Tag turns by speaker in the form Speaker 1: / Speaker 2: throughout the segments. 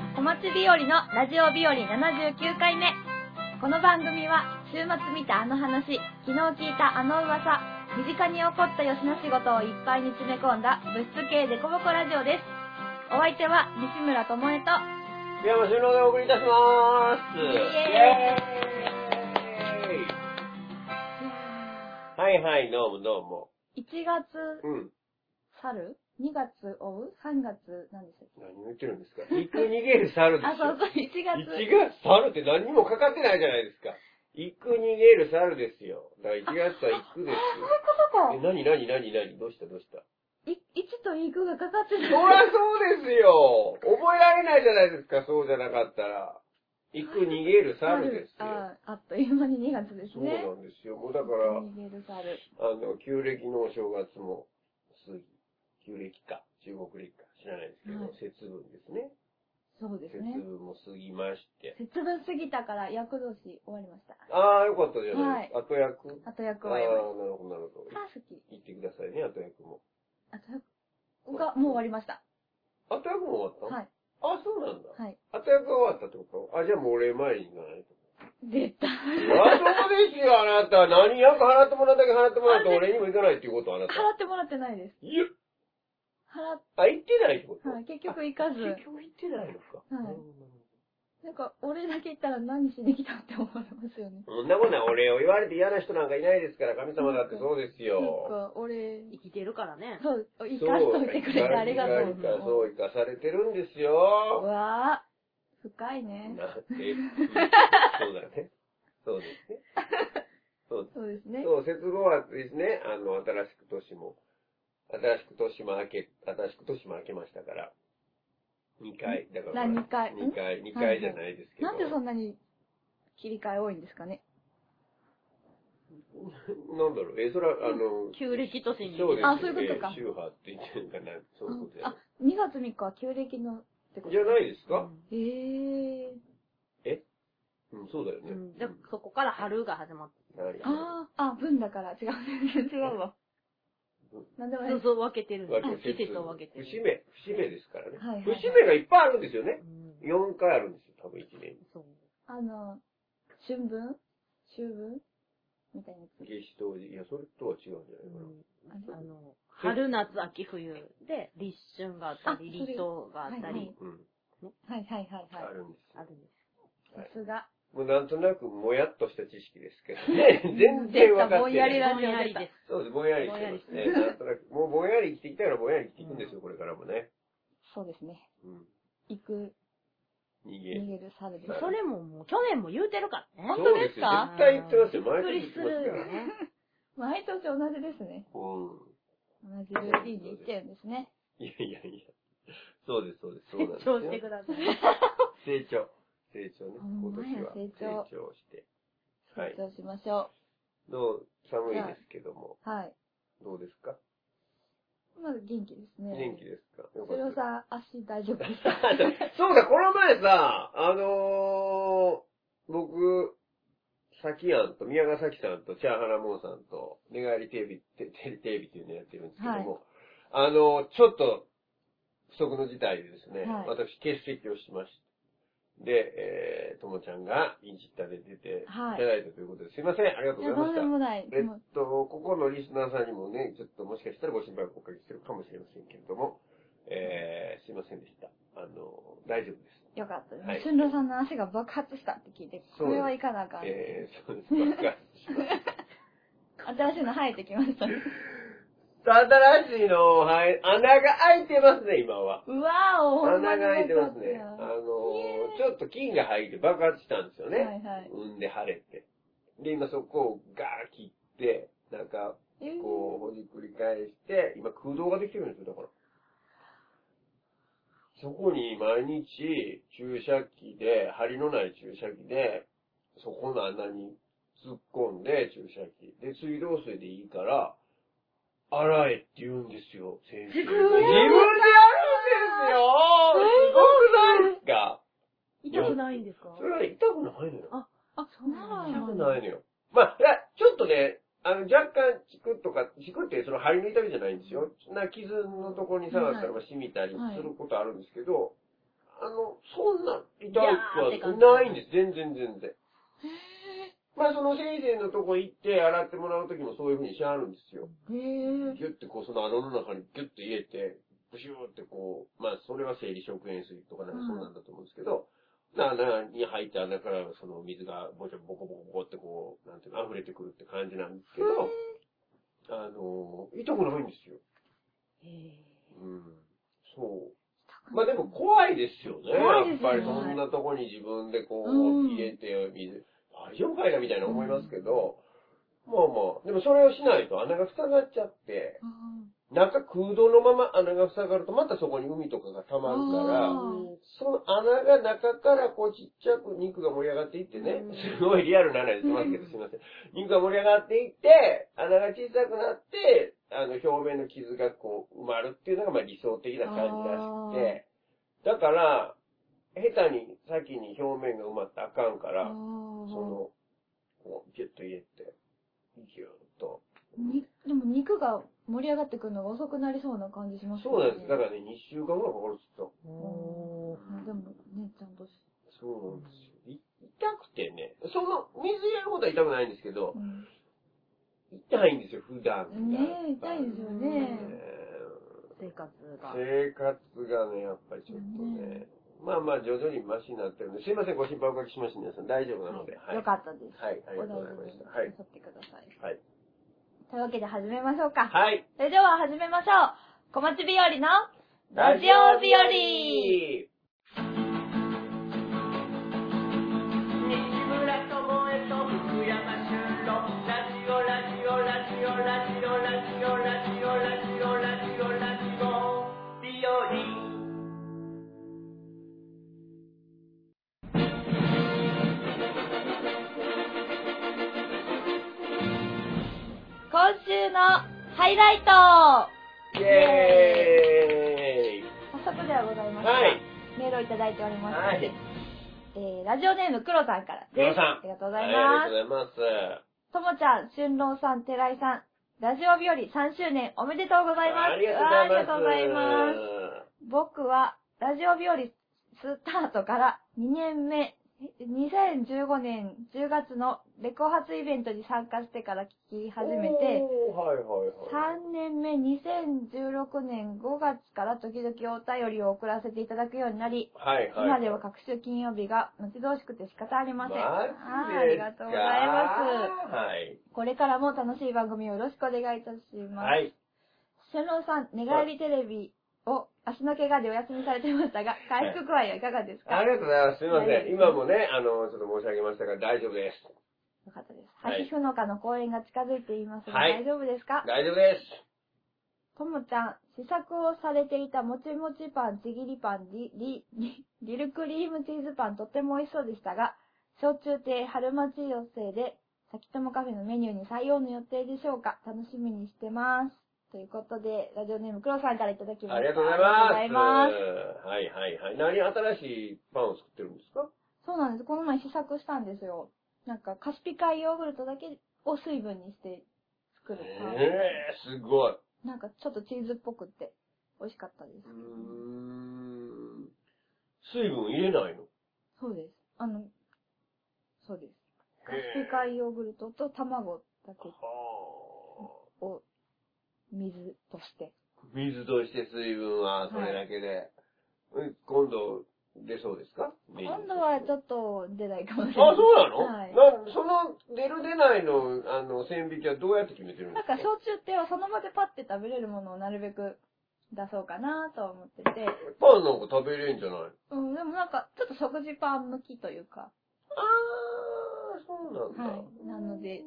Speaker 1: 日和のラジオ日和79回目。この番組は、週末見たあの話、昨日聞いたあの噂、身近に起こった吉野仕事をいっぱいに詰め込んだ物質系デコボコラジオです。お相手は、西村智恵と、
Speaker 2: 宮山俊郎でお送りいたしま
Speaker 1: イ
Speaker 2: す。
Speaker 1: エーイ
Speaker 2: イエーイはいはい、どうもどうも。
Speaker 1: 1月
Speaker 2: うん。
Speaker 1: 去る ?2 月追う ?3 月なんでしたっ
Speaker 2: 何を言ってるんですか行く逃げる猿で
Speaker 1: け
Speaker 2: す
Speaker 1: あ、そう
Speaker 2: よ。
Speaker 1: そう、1
Speaker 2: 一
Speaker 1: 月。
Speaker 2: 月猿って何にもかかってないじゃないですか。行く逃げる猿ですよ。だから1月は行くですよ。
Speaker 1: そう
Speaker 2: え、
Speaker 1: か。
Speaker 2: 何何何何どうしたどうした
Speaker 1: い1と行くがかかって
Speaker 2: そ
Speaker 1: る。
Speaker 2: らそうですよ覚えられないじゃないですか、そうじゃなかったら。行く逃げる猿ですよ。
Speaker 1: ああっという間に2月です
Speaker 2: そう
Speaker 1: ね。
Speaker 2: なんですよ。もうだから、
Speaker 1: 逃げる猿。
Speaker 2: あの、旧暦のお正月も過ぎ、旧暦か、中国暦か知らないですけど、
Speaker 1: はい
Speaker 2: 節分ですね。
Speaker 1: そうです
Speaker 2: 節
Speaker 1: ね。
Speaker 2: 分も過ぎまして。
Speaker 1: 節分過ぎたから役年終わりました。
Speaker 2: ああ、よかったじゃないですか。後役
Speaker 1: あと役
Speaker 2: あ
Speaker 1: は
Speaker 2: あー、な
Speaker 1: やばい。
Speaker 2: るほど、なるほど。
Speaker 1: あ、好き。
Speaker 2: 言ってくださいね、後役も。
Speaker 1: あと役がもう終わりました。
Speaker 2: 後役も終わった
Speaker 1: はい。
Speaker 2: あ、そうなんだ。
Speaker 1: はい。
Speaker 2: 後役が終わったってことあ、じゃあもうお礼参りに行かないと。
Speaker 1: 絶対。
Speaker 2: あ、そうですよ、あなた。何役払ってもらうだけ払ってもらうと俺にも行かないっていうこと、あなた。
Speaker 1: 払ってもらってないです。
Speaker 2: いや、
Speaker 1: 払っ
Speaker 2: あ、行ってないってこと
Speaker 1: はい結局行かず
Speaker 2: あ結局行ってないのか。
Speaker 1: い
Speaker 2: なるほどなるほど
Speaker 1: なんか、俺だけ行ったら何しに来たって思われますよね。
Speaker 2: そんなもんな、お礼を言われて嫌な人なんかいないですから、神様だってそうですよ。
Speaker 1: なんか、俺、
Speaker 3: 生きてるからね。
Speaker 1: そう、行
Speaker 2: そう
Speaker 1: かしといてくれてありがと
Speaker 2: 生
Speaker 1: う
Speaker 2: か。されそう、生かされてるんです
Speaker 1: う
Speaker 2: よ。
Speaker 1: わぁ、深い
Speaker 2: な
Speaker 1: ね。
Speaker 2: んて、そうだね。そうで すね。そう
Speaker 1: そうですね。
Speaker 2: そう、節後はですね、あの、新しく年も、新しく年も明け、新しく年も明けましたから、2回、だか
Speaker 1: な
Speaker 2: ら、
Speaker 1: 二回
Speaker 2: 2回、二回じゃないですけど。
Speaker 1: なんでそんなに切り替え多いんですかね。
Speaker 2: なんだろう、え、それは、あの、
Speaker 3: 旧暦年に。
Speaker 2: そうです
Speaker 1: あそういうことか
Speaker 2: 宗派って言ってるのかな、そういうことじゃない
Speaker 1: あ、2月3日は旧暦のってこと
Speaker 2: じゃないです
Speaker 3: う
Speaker 2: か、
Speaker 3: ん
Speaker 1: ええ
Speaker 2: うん、そうだよ
Speaker 3: う
Speaker 2: ね。
Speaker 3: ん。で、そこから春が始まっ
Speaker 2: はい
Speaker 1: ー。ああ、あ、文だから。違う、全然違うわ。なんでも
Speaker 3: た。
Speaker 1: ないです。
Speaker 3: そう分けてる。
Speaker 2: 分け
Speaker 3: 季節を分けてる。
Speaker 2: 節目、節目ですからね。
Speaker 1: はいはいはい
Speaker 2: 節目がいっぱいあるんですよね
Speaker 3: う。ん
Speaker 2: 4回あるんですよ、多分1年に。
Speaker 3: そう。
Speaker 1: あの、春分秋分みたいなやつ。
Speaker 2: 夏至冬至。いや、それとは違うんじゃ
Speaker 3: う
Speaker 2: ないかな。
Speaker 3: んあの、春、夏、秋、冬で、立春があっ
Speaker 1: あ
Speaker 3: たり、
Speaker 1: それ
Speaker 3: 立冬があっ
Speaker 1: は
Speaker 3: た
Speaker 1: いは
Speaker 3: り
Speaker 1: い、
Speaker 2: うん、
Speaker 1: はいはいはい
Speaker 2: あ
Speaker 1: はい。
Speaker 2: るんです。
Speaker 3: あるんです。
Speaker 1: さすが。
Speaker 2: もうなんとなく、もやっとした知識ですけどね。全然分か
Speaker 1: ぼ
Speaker 2: っ
Speaker 1: ん
Speaker 2: て
Speaker 1: や
Speaker 2: な
Speaker 1: り
Speaker 2: い。
Speaker 1: ラ
Speaker 3: ぼん
Speaker 1: ジオ
Speaker 3: や
Speaker 1: でし
Speaker 3: り
Speaker 1: た
Speaker 3: で。
Speaker 2: そうです、ぼんやりしてますね。なんとなく、もうぼんやり生きてきたからぼんやり生きていくんですよ、これからもね。
Speaker 1: そうですね。
Speaker 2: うん。
Speaker 1: 行く、
Speaker 2: 逃げ。
Speaker 1: 逃げる猿です
Speaker 2: は。い
Speaker 3: す。それももう、去年も言うてるから
Speaker 2: そ
Speaker 3: ね。
Speaker 2: うですよ。絶対言ってますよ、
Speaker 3: びっ
Speaker 2: 毎
Speaker 3: く
Speaker 2: 年
Speaker 3: り
Speaker 2: 言っ
Speaker 3: す
Speaker 2: てます
Speaker 3: る
Speaker 2: か
Speaker 3: よ
Speaker 2: ら。
Speaker 3: ね。
Speaker 1: 毎年同じですね。
Speaker 2: うん。
Speaker 1: 同じルーティンで行ってるんですね。
Speaker 2: いやいやいや。そうです、そうです。そうなんで
Speaker 3: 成
Speaker 2: すよ
Speaker 3: 長してください。
Speaker 2: 成長。成長ね。
Speaker 1: ほん
Speaker 2: 今
Speaker 1: まや
Speaker 2: 年は
Speaker 1: 成長
Speaker 2: 成長して。は
Speaker 1: 成
Speaker 2: い。
Speaker 1: 長しましょ
Speaker 2: どう、寒いですけども、
Speaker 1: う。はい。
Speaker 2: どうですか
Speaker 1: まず元気ですね。
Speaker 2: 元気ですかよか
Speaker 1: それを
Speaker 2: った。
Speaker 1: さ、足大丈夫です か
Speaker 2: そうだ、この前さ、あのー、僕、さきやんと、宮川咲さんと、チャーハラモンさんと、寝返りテレビ、テテレテレビっていうのやってるんですけども、あのー、ちょっと、不測の事態でですね、
Speaker 1: はい
Speaker 2: 私欠席をしました。で、えー、ともちゃんがインチッタで出ていただいたということで、すいません、ありがとう
Speaker 1: いや、
Speaker 2: ございま
Speaker 1: と
Speaker 2: し
Speaker 1: ん
Speaker 2: た
Speaker 1: で。もない。
Speaker 2: え
Speaker 1: でも
Speaker 2: っと、ここのリスナーさんにもね、ちょっともしかしたらご心配をおかけしてるかもしれませんけれども、えー、すいませんでした。あの、大丈夫です。
Speaker 1: よかったです。
Speaker 2: はい
Speaker 1: 俊郎さんの足が爆発したって聞いて、こ
Speaker 2: そうです
Speaker 1: れはいかなあかん。
Speaker 2: えー、そうです。爆発しました
Speaker 1: 新しいの生えてきま したね。
Speaker 2: 新しいの、はい、穴が開いてますね、今は。
Speaker 1: うわお、ほんま
Speaker 2: 穴
Speaker 1: に
Speaker 2: が開いてますね。
Speaker 1: よか
Speaker 2: あの
Speaker 1: ったよ
Speaker 2: ー、ちょっと菌が入って爆発したんですよね。
Speaker 1: はいはい
Speaker 2: 産んで腫れて。で、今そこをガー切って、なんか、
Speaker 1: えー
Speaker 2: こう、ほじくり返して、今空洞ができてるんですよ、だから。そこに毎日、注射器で、針のない注射器で、そこの穴に突っ込んで、注射器。で、水道水でいいから、洗えって言うんですよ、先生が。自分でやるんですよすごくないですか
Speaker 3: 痛くないんですか
Speaker 2: それは痛くないのよ。
Speaker 1: あ、そうな
Speaker 2: 痛く
Speaker 1: の
Speaker 2: ないのよ。まあ、いやちょっとね、あの、若干、チクッとか、チクって、その、針の痛みじゃないんですよ。な、傷のとこに触ったら、
Speaker 1: は
Speaker 2: まあ、染みたりすることあるんですけど、あの、そんな痛くはないんです。全然全然。まあその先生のとこ行って洗ってもらうときもそういう風にしはるんですよ。
Speaker 1: へえ。
Speaker 2: ギュッてこうその穴の中にギュッて入れて、ブシューってこう、まあそれは生理食塩水とかなんかそうなんだと思うんですけど、な穴に入った穴からその水がぼちょぼこぼこぼこってこう、なんていうの、溢れてくるって感じなんですけど、あの、痛くないんですよ。うん。そう。まあでも怖いですよね。
Speaker 1: 怖いですよね
Speaker 2: やっぱりそんなとこに自分でこ
Speaker 1: うん
Speaker 2: う、入れて、水、大丈夫かいなみたいな思いますけど、まあまあ、でもそれをしないと穴が塞がっちゃって、
Speaker 1: うん
Speaker 2: 中空洞のまま穴が塞がるとまたそこに海とかが溜まるから、
Speaker 1: うん
Speaker 2: その穴が中からこうちっちゃく肉が盛り上がっていってね
Speaker 3: うん、
Speaker 2: すごいリアルな話してますけど、すいません。肉が盛り上がっていって、穴が小さくなって、あの表面の傷がこう埋まるっていうのがまあ理想的な感じらしくて、だから、下手に先に表面が埋まったらあかんから、その、こうギュッと入れて、ギュッと。
Speaker 1: にでも肉が盛り上がってくるのが遅くなりそうな感じします
Speaker 2: そうなんです。だからね、2週間ぐらいかかるっつった。
Speaker 1: おでもね、ちゃんとし。
Speaker 2: そうなんですよ。い痛くてね、その、水入れることは痛くないんですけど
Speaker 1: う、ん
Speaker 2: 痛いんですよ、普段が。
Speaker 1: ねえ、痛いですよね。
Speaker 3: 生活が。
Speaker 2: 生活がね、やっぱりちょっとね。まあまあ、徐々にマシになってるんで、すいません、ご心配おかけしました、皆さん。大丈夫なので。はい。
Speaker 1: よかったです。
Speaker 2: はい、ありがとうございました。はい
Speaker 1: な。さってください。
Speaker 2: はい。
Speaker 1: というわけで始めましょうか。
Speaker 2: はい。
Speaker 1: それでは始めましょう。小町日和のラジオ日和今週のハイライト
Speaker 2: イエ
Speaker 1: 早速ではござい
Speaker 2: ー
Speaker 1: ま
Speaker 2: イ
Speaker 1: すが、
Speaker 2: はい。
Speaker 1: メールをいただいておりますの
Speaker 2: は
Speaker 1: で、
Speaker 2: い。
Speaker 1: えー、ラジオネーム黒さんからです。
Speaker 2: 黒さん
Speaker 1: ありがとうござい
Speaker 2: は
Speaker 1: ま
Speaker 2: あり
Speaker 1: す。
Speaker 2: がとうござ
Speaker 1: とも
Speaker 2: います。
Speaker 1: ちゃん、俊郎さん、寺井さん、ラジオ日和3周年おめでとうございます。
Speaker 2: ありがとうございます。
Speaker 1: わあありがとうございます。僕は、ラジオ日和スタートから2年目、2015年10月のレコ発イベントに参加してから聞き始めて、
Speaker 2: おー、はいはいはい。
Speaker 1: 3年目2016年5月から時々お便りを送らせていただくようになり、
Speaker 2: はいはい。
Speaker 1: 今では各週金曜日が待ち遠しくて仕方ありません。
Speaker 2: マジ。
Speaker 1: あーありがとうございます
Speaker 2: はい。
Speaker 1: す。これからも楽しい番組をよろしくお願いいたします。
Speaker 2: はい。
Speaker 1: 春郎さん、寝返りテレビを足の怪我でお休みされてましたが、回復具合はいかがですか
Speaker 2: ありがとうございます。すみません。
Speaker 1: はい
Speaker 2: 今もね、あの、ちょっと申し上げましたが、大丈夫です。
Speaker 1: よかったです。
Speaker 2: はい
Speaker 1: ハヒフノカの公演が近づいていますが、
Speaker 2: はい
Speaker 1: 大丈夫ですか
Speaker 2: 大丈夫です。
Speaker 1: ともちゃん、試作をされていたもちもちパン、ちぎりパン、リ、リ、リ、リルクリームチーズパン、とても美味しそうでしたが、小中亭春町寄席で、さきともカフェのメニューに採用の予定でしょうか楽しみにしてます。ということで、ラジオネームクロさんからいただきました。
Speaker 2: ありがとうございます。
Speaker 1: ありがとうございます。
Speaker 2: はいはいはい。何新しいパンを作ってるんですか
Speaker 1: そうなんです。この前試作したんですよ。なんか、カスピ海ヨーグルトだけを水分にして作るパン。
Speaker 2: ええすごい。う
Speaker 1: なんかちょっとチーズっぽくって、美味しかったです
Speaker 2: ー。ん。水分入れないの
Speaker 1: そうです。あの、そうです。カス
Speaker 2: へー
Speaker 1: ピ海ヨーグルトと卵だけ
Speaker 2: は
Speaker 1: を水として。
Speaker 2: あ。水として水分はそれだけで。うん今度、出そうですか
Speaker 1: 今度はちょっと出ないかも
Speaker 2: あ、
Speaker 1: しれ
Speaker 2: そ
Speaker 1: ない。
Speaker 2: うな
Speaker 1: はい
Speaker 2: の、なその、出る出ないの、あの、線引きはどうやって決めてるんで
Speaker 1: な
Speaker 2: す
Speaker 1: んか
Speaker 2: か
Speaker 1: 焼酎ってはその場でパッて食べれるものをなるべく出そうかなとは思ってて。
Speaker 2: パンなんか食べれんじゃない
Speaker 1: うん、でもなんかちょっと食事パン向きというか。
Speaker 2: あー、そうなんだ。
Speaker 1: はい。なので、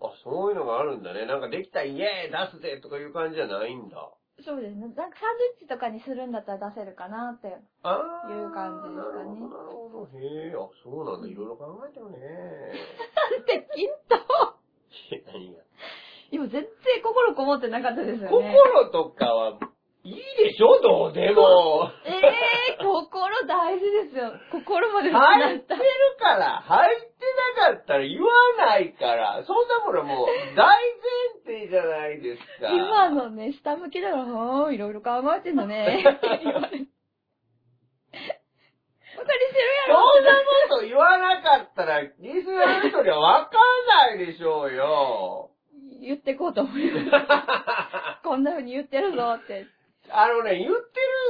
Speaker 2: あ、そういうのがあるんだね。なんかできた、イエーイ出すぜとかいう感じじゃないんだ。
Speaker 1: そうですね。なんかサンドイッチとかにするんだったら出せるかなって。
Speaker 2: あー。
Speaker 1: いう感じですかね
Speaker 2: なるほど、なるほど。へえ、あ、そうなんだ。いろいろ考えたよね。
Speaker 1: で、きっと
Speaker 2: いや何が。
Speaker 1: 今全然心こもってなかったですよね。
Speaker 2: 心とかは、いいでしょどうでも。
Speaker 1: ええー、心大事ですよ。心まで
Speaker 2: 入
Speaker 1: 失っ
Speaker 2: っ
Speaker 1: てた
Speaker 2: る。から、入ってなかったら言わないから、そんなものはもう大前提じゃないですか。
Speaker 1: 今のね、下向きだろ、はーいいろいろ考えてんだね。って言われてバカにしてる
Speaker 2: そ
Speaker 1: やろ
Speaker 2: んなこと言わなかったら、リスナーの人にはわかんないでしょうよ。
Speaker 1: 言ってこうと思 います。こんな風に言ってるぞって。
Speaker 2: あのね、言ってる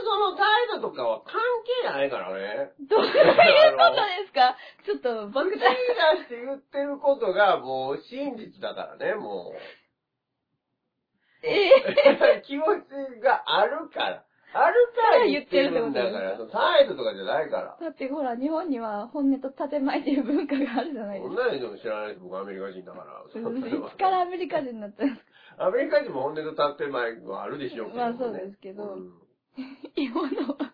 Speaker 2: その態度とかは関係ないからね。
Speaker 1: どういうことですかちょっと
Speaker 2: 口
Speaker 1: 僕
Speaker 2: に出
Speaker 1: た
Speaker 2: して言ってることがもう真実だからね、もう。
Speaker 1: ええ
Speaker 2: 気持ちがあるから。あるから言ってるんだから。態度とかじゃないから。
Speaker 1: だってほら、日本には本音と建前という文化があるじゃないで
Speaker 2: こ
Speaker 1: す
Speaker 2: ん
Speaker 1: か。
Speaker 2: な人も知らないし、僕アメリカ人だから。そ
Speaker 1: うんん
Speaker 2: ないのは
Speaker 1: つからアメリカ人になったんですか
Speaker 2: アメリカ人も本音と建前はあるでしょうけど、ね。
Speaker 1: まあそうですけど
Speaker 2: うん
Speaker 1: 日本のは。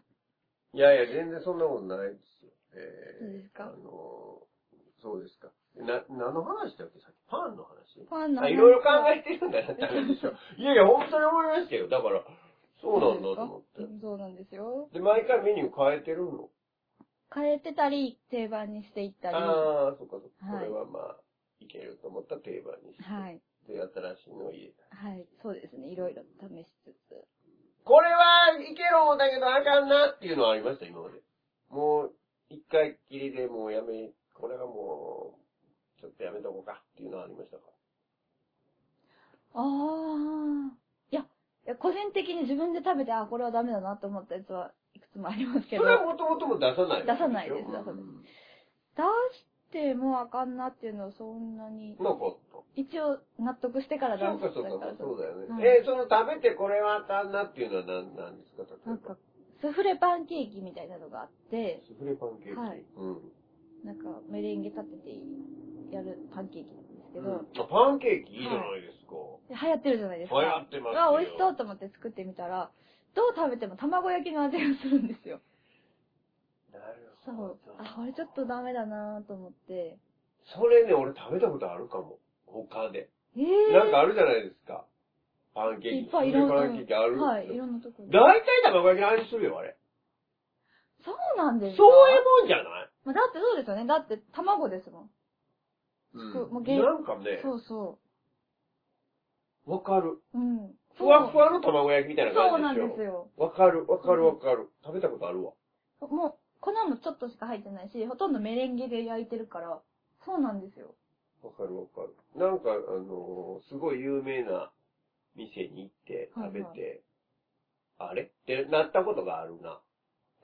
Speaker 2: いやいや、全然そんなことないですよ。えー
Speaker 1: そうですか
Speaker 2: あのーそうですか。な、何の話だっけさっきパンの
Speaker 1: フ
Speaker 2: 話
Speaker 1: ァンの
Speaker 2: あ
Speaker 1: 話
Speaker 2: いろいろ考えてるんだなって話 でしょ。いやいや、本当に思いましたよ。だから、そうなんだと思
Speaker 1: そう
Speaker 2: っ
Speaker 1: ですかそうなんですよ。
Speaker 2: て。で、毎回メニュー変えてるの。
Speaker 1: 変えてたり、定番にしていったり。は
Speaker 2: ああ、そっかそっか。
Speaker 1: はい
Speaker 2: これはまあ、いけると思ったら定番にして。
Speaker 1: い。
Speaker 2: で、新しいのを入れた。
Speaker 1: はい。そうですね。いろいろ試しつつ。
Speaker 2: これはいけろだけどあかんなっていうのはありました、今まで。もう、一回きりでもうやめ、これはもう、ちょっとやめとこうかっていうのはありましたか。
Speaker 1: ああ。いや、いや個人的に自分で食べて、あ、これはダメだなと思ったやつはいくつもあります
Speaker 2: そ
Speaker 1: け
Speaker 2: れ
Speaker 1: ど。
Speaker 2: はもともとも出さない。
Speaker 1: 出さないです
Speaker 2: うん
Speaker 1: 出さない出してもあかんなっていうのはそんなに。
Speaker 2: なかった。
Speaker 1: 一応、納得してから出
Speaker 2: そうか
Speaker 1: し
Speaker 2: そう
Speaker 1: た
Speaker 2: か
Speaker 1: から、。
Speaker 2: そうだよね。
Speaker 1: うん
Speaker 2: えーその食べてこれはあかんなっていうのは何、何ですか例
Speaker 1: なん
Speaker 2: えば
Speaker 1: か。、スフレパンケーキみたいなのがあって、
Speaker 2: スフレパンケーキ。
Speaker 1: はい
Speaker 2: うん。
Speaker 1: なんかメレンゲ立ててやるパンケーキなんですけど、
Speaker 2: うんあパンケーキいいじゃないですか。
Speaker 1: で流行ってるじゃないです
Speaker 2: 流行
Speaker 1: か。
Speaker 2: ってますよ。
Speaker 1: が美味しそうと思って作ってみたら、どう食べても卵焼きの味がするんですよ。
Speaker 2: なる
Speaker 1: そ
Speaker 2: ほ
Speaker 1: う
Speaker 2: ど。。
Speaker 1: あ、これちょっとダメだなと思って。
Speaker 2: それね、俺食べたことあるかも。他で。
Speaker 1: えー、
Speaker 2: なんかあるじゃないですか。パンケーキ。
Speaker 1: いっぱいいろんな
Speaker 2: パンケーキある。
Speaker 1: はい、いろんなところで。
Speaker 2: 大体卵焼きの味するよ、あれ。
Speaker 1: そうなん
Speaker 2: そう
Speaker 1: で
Speaker 2: いう
Speaker 1: すか
Speaker 2: もんじゃない
Speaker 1: まあだってそうですよね。だって卵ですもん。そうもう原
Speaker 2: なんかね、
Speaker 1: そうそ
Speaker 2: わかる。
Speaker 1: う。うん。
Speaker 2: ふわふ
Speaker 1: わ
Speaker 2: わの卵焼きみたいな感じ
Speaker 1: そうなん
Speaker 2: でしょ。
Speaker 1: ですよ。
Speaker 2: わかる、わかる、わかる。食べたことあるわ。
Speaker 1: もう、粉もちょっとしか入ってないし、ほとんどメレンゲで焼いてるから、そうなんですよ。
Speaker 2: わかる、わかる。なんか、あのーすごい有名な店に行って、
Speaker 1: はい
Speaker 2: 食べ
Speaker 1: はい
Speaker 2: て、あれってなったことがあるな。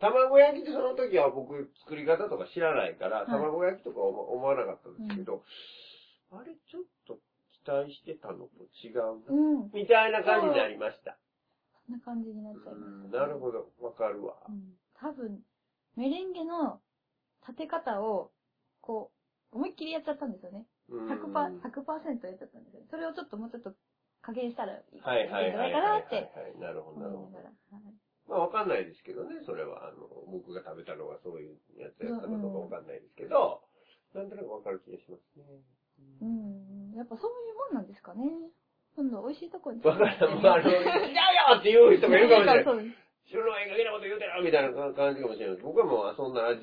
Speaker 2: 卵焼きってその時は僕作り方とか知らないから、
Speaker 1: い
Speaker 2: 卵焼きとか思思わなかったんですけど、あれちょっと期待してたのと違う
Speaker 1: う
Speaker 2: な。
Speaker 1: ん。
Speaker 2: みたいな感じになりました。
Speaker 1: そんな感じになっちゃいま
Speaker 2: う
Speaker 1: し
Speaker 2: ん
Speaker 1: た。
Speaker 2: なるほど、わかるわ。
Speaker 1: うん。多分、メレンゲの立て方を、こう、思いっきりやっちゃったんですよね。
Speaker 2: うん
Speaker 1: 100%、100%やっちゃったんですよ。それをちょっともうちょっと加減したらいい
Speaker 2: はいはいはいはいい
Speaker 1: か
Speaker 2: はい
Speaker 1: な
Speaker 2: はい
Speaker 1: って
Speaker 2: なるほど、
Speaker 1: 思
Speaker 2: ないる
Speaker 1: なが。ら。は
Speaker 2: ほど
Speaker 1: い
Speaker 2: まあ、わかんないですけどね、それは。あの、僕が食べたのがそういうやつやったのかわかんないですけど、なんとなくわかる気がしますね。
Speaker 1: うん。やっぱそういうもんなんですかね。今度美味しいとこに。
Speaker 2: わからん、まあ、あの、違うよって言う人もいるかもしれない。
Speaker 1: そうです
Speaker 2: 白の絵かけなこと言うてるみたいな感じかもしれないです。僕はもう、そんな味、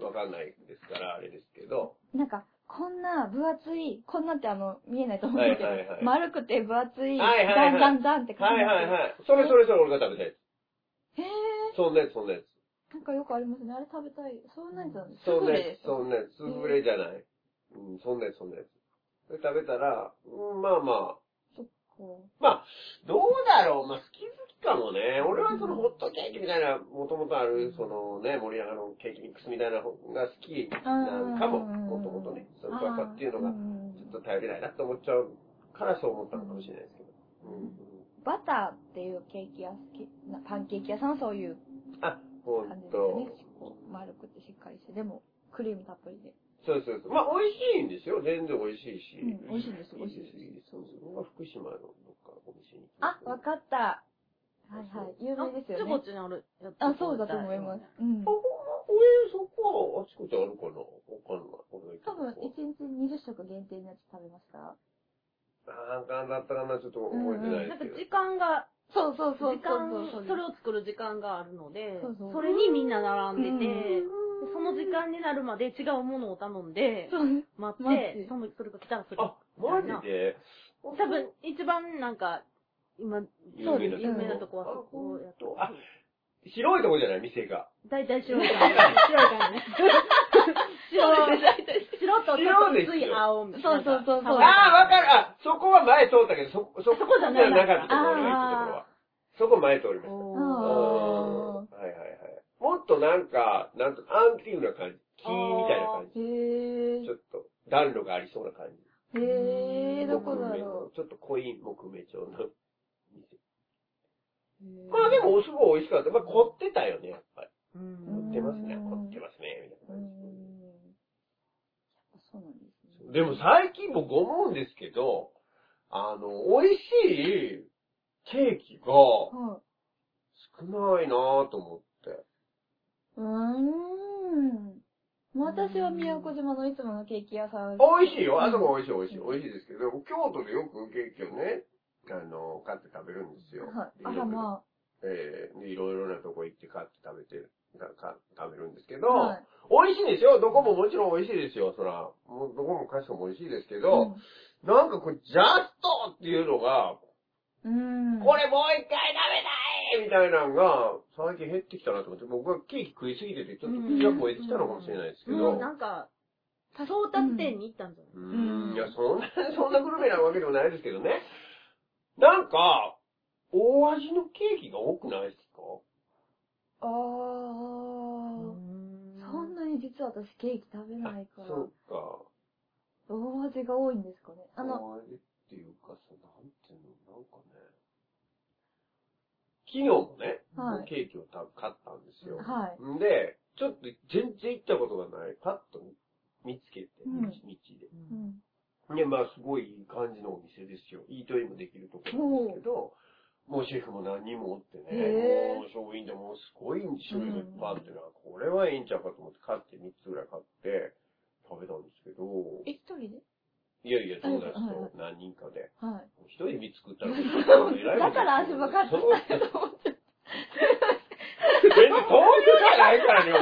Speaker 2: わかんないですから、あれですけど。
Speaker 1: なんか、こんな分厚い、こんなってあの、見えないと思うんですけど、
Speaker 2: はいはいはい
Speaker 1: 丸くて分厚い、
Speaker 2: はいはいはい
Speaker 1: だんだんだんって感
Speaker 2: は
Speaker 1: じ。
Speaker 2: いはいはい。それそれそれ俺が食べたや
Speaker 1: へえ、
Speaker 2: つ。そんなやつ、そんなやつ。
Speaker 1: なんかよくありますね。あれ食べたい。そんなんじゃない
Speaker 2: そ
Speaker 1: スフ
Speaker 2: んな
Speaker 1: レ
Speaker 2: や
Speaker 1: で
Speaker 2: つ、
Speaker 1: すよ
Speaker 2: そんなやつ、スフレじゃない。うん、そんなやつ、そんなやつ。それ食べたら、うん、まあまあ、
Speaker 1: そっか。
Speaker 2: まあ、どうだろう。まあ、好き好きかもね。俺はそのホットケーキみたいな、もともとある、そのね、森永のケーキミックスみたいな方が好きなんかも、もともとね。そのバカっていうの
Speaker 1: あ
Speaker 2: が
Speaker 1: ー、ん
Speaker 2: ちょっと頼りないなって思っちゃうからそう思ったのかもしれないですけど。うん。
Speaker 1: バターっていうケーキ屋好きな、パンケーキ屋さんはそういう
Speaker 2: あ、ほ
Speaker 1: 感
Speaker 2: ん
Speaker 1: じですよね
Speaker 2: と。。
Speaker 1: こう丸くてしっかりして、でも、クリームたっぷりで。
Speaker 2: そうそうそう。まあ、美味しいんですよ。全然美味しいし。
Speaker 1: うん美味しいんです美味しいです
Speaker 2: いです。そうそう。僕は福島のどっかお店に。
Speaker 1: あ、わかった。はい
Speaker 2: そう
Speaker 1: はい。有名ですよ
Speaker 3: あっ
Speaker 1: ね
Speaker 3: ちこっ。ちにあるやつ
Speaker 1: あ、そうだと思います。うん
Speaker 2: あ、。ほんま上、そこはあちこちあるかなわかんない。俺が行っ
Speaker 1: 多
Speaker 2: たとこ
Speaker 1: 分、1日20食限定のやつ食べました。
Speaker 2: なんかだったかな、ちょっと覚えてない
Speaker 3: なん
Speaker 2: ですけ
Speaker 3: か
Speaker 2: ど。
Speaker 3: 時間が、
Speaker 1: そうそうそう。
Speaker 3: 時間
Speaker 1: そうそう、
Speaker 3: それを作る時間があるので
Speaker 1: そうそう、
Speaker 3: それにみんな並んでて
Speaker 1: うん、
Speaker 3: でその時間になるまで違うものを頼んで、
Speaker 1: そう
Speaker 3: 待っ
Speaker 1: 待って
Speaker 3: て、そのそれが来たらそれ。
Speaker 2: あ、マジで
Speaker 3: 多分、一番なんか、今、
Speaker 2: 有名なとこ
Speaker 3: 有名なとこはそこや
Speaker 2: あほん
Speaker 3: と
Speaker 2: と。あ、広いとこじゃない店が。
Speaker 3: 大体白いからね。白いからね。
Speaker 1: そう
Speaker 3: 白い。白とちょっと薄い青みたいな。
Speaker 1: そうそうそうそう
Speaker 2: ああ、わかる。あ、そこは前通ったけど、そ、そ
Speaker 3: そこじゃない
Speaker 2: そこなかったところ俺が行ったところは。そこ前通りまし
Speaker 1: あ
Speaker 2: た。
Speaker 1: ー
Speaker 2: うんはいはいはい。もっとなんか、なんと、アンティークな感じ。木みたいな
Speaker 1: へ
Speaker 2: 感
Speaker 1: ぇ
Speaker 2: じ。ちょっと、暖炉がありそうな感じ。
Speaker 1: ー。へぇー、どこだ
Speaker 2: 木目
Speaker 1: ろ
Speaker 2: のちょっと濃い木目調の店。
Speaker 1: う。
Speaker 2: まあでも、お蕎麦美味しかった。まあ凝ってたよね、やっぱり。
Speaker 3: う
Speaker 2: 凝
Speaker 1: ん
Speaker 3: ん
Speaker 2: ってますね、凝ってますね、みた
Speaker 1: う
Speaker 2: いな感
Speaker 1: ん。そうなんですね。
Speaker 2: じ。でも最近僕思うんですけど、あの、美味しいケーキが少
Speaker 1: はい。
Speaker 2: ないなぁと思って。
Speaker 1: うーん。私は宮古島のいつものケーキ屋さん。
Speaker 2: 美味しいよ。あそこ美味しい美味しい。美味しいですけど、京都でよくケーキをね、あの、買って食べるんですよ。
Speaker 1: はい。あ
Speaker 2: で
Speaker 1: ら、ま
Speaker 2: えーでいろいろなとこ行って買って食べて、かか食べるんですけ
Speaker 1: あ。
Speaker 2: ど、
Speaker 1: はい。
Speaker 2: 美味しいですよ。どこももちろん美味しいですよ。そら、もうどこもかしこも美味しいですけど、なんかこれ、ジャストっていうのが、
Speaker 1: うん。うん。
Speaker 2: これもう一回食べたいみたいなのが、最近減ってきたなと思って、僕はケーキ食いすぎてて、ちょっと口が超えてきたのかもしれないですけど、
Speaker 3: うんなんか、争奪店に行ったんじゃない、
Speaker 2: う
Speaker 1: うん
Speaker 2: んいや、そんな、 そんなグルメなわけでもないですけどね。なんか、大味のケーキが多くないですか
Speaker 1: ああ。
Speaker 3: うん
Speaker 1: そんなに実は私ケーキ食べないか
Speaker 2: あ
Speaker 1: ら。
Speaker 2: そうか。
Speaker 1: 大味が多いんですかね。あの、
Speaker 2: 大味っていうか、そうなんていうの、なんかね。昨日もね、
Speaker 1: はい
Speaker 2: ケーキをた買ったんですよ。
Speaker 1: はい。
Speaker 2: んで、ちょっと全然行ったことがない、パッと見つけて、
Speaker 1: う
Speaker 2: 道
Speaker 1: ん
Speaker 2: 道
Speaker 3: う
Speaker 1: うんん。
Speaker 2: で。で、まあ、すごいいい感じのお店ですよ。イートインもできるところなんですけど、もうシェフも何人もおってね、
Speaker 1: へー
Speaker 2: もうショーウィンでもうすごい種類がいっぱいあってな、これはいいんちゃうかと思って買って3つぐらい買って食べたんですけど、
Speaker 1: え、一人で
Speaker 2: いやいや、友達
Speaker 1: はいはいは
Speaker 2: と何人かで。
Speaker 1: はい。
Speaker 2: 一人見作 ったら、
Speaker 1: だから足ばかり
Speaker 2: そう、
Speaker 1: だと思って。
Speaker 2: 全然そういうじゃないからね、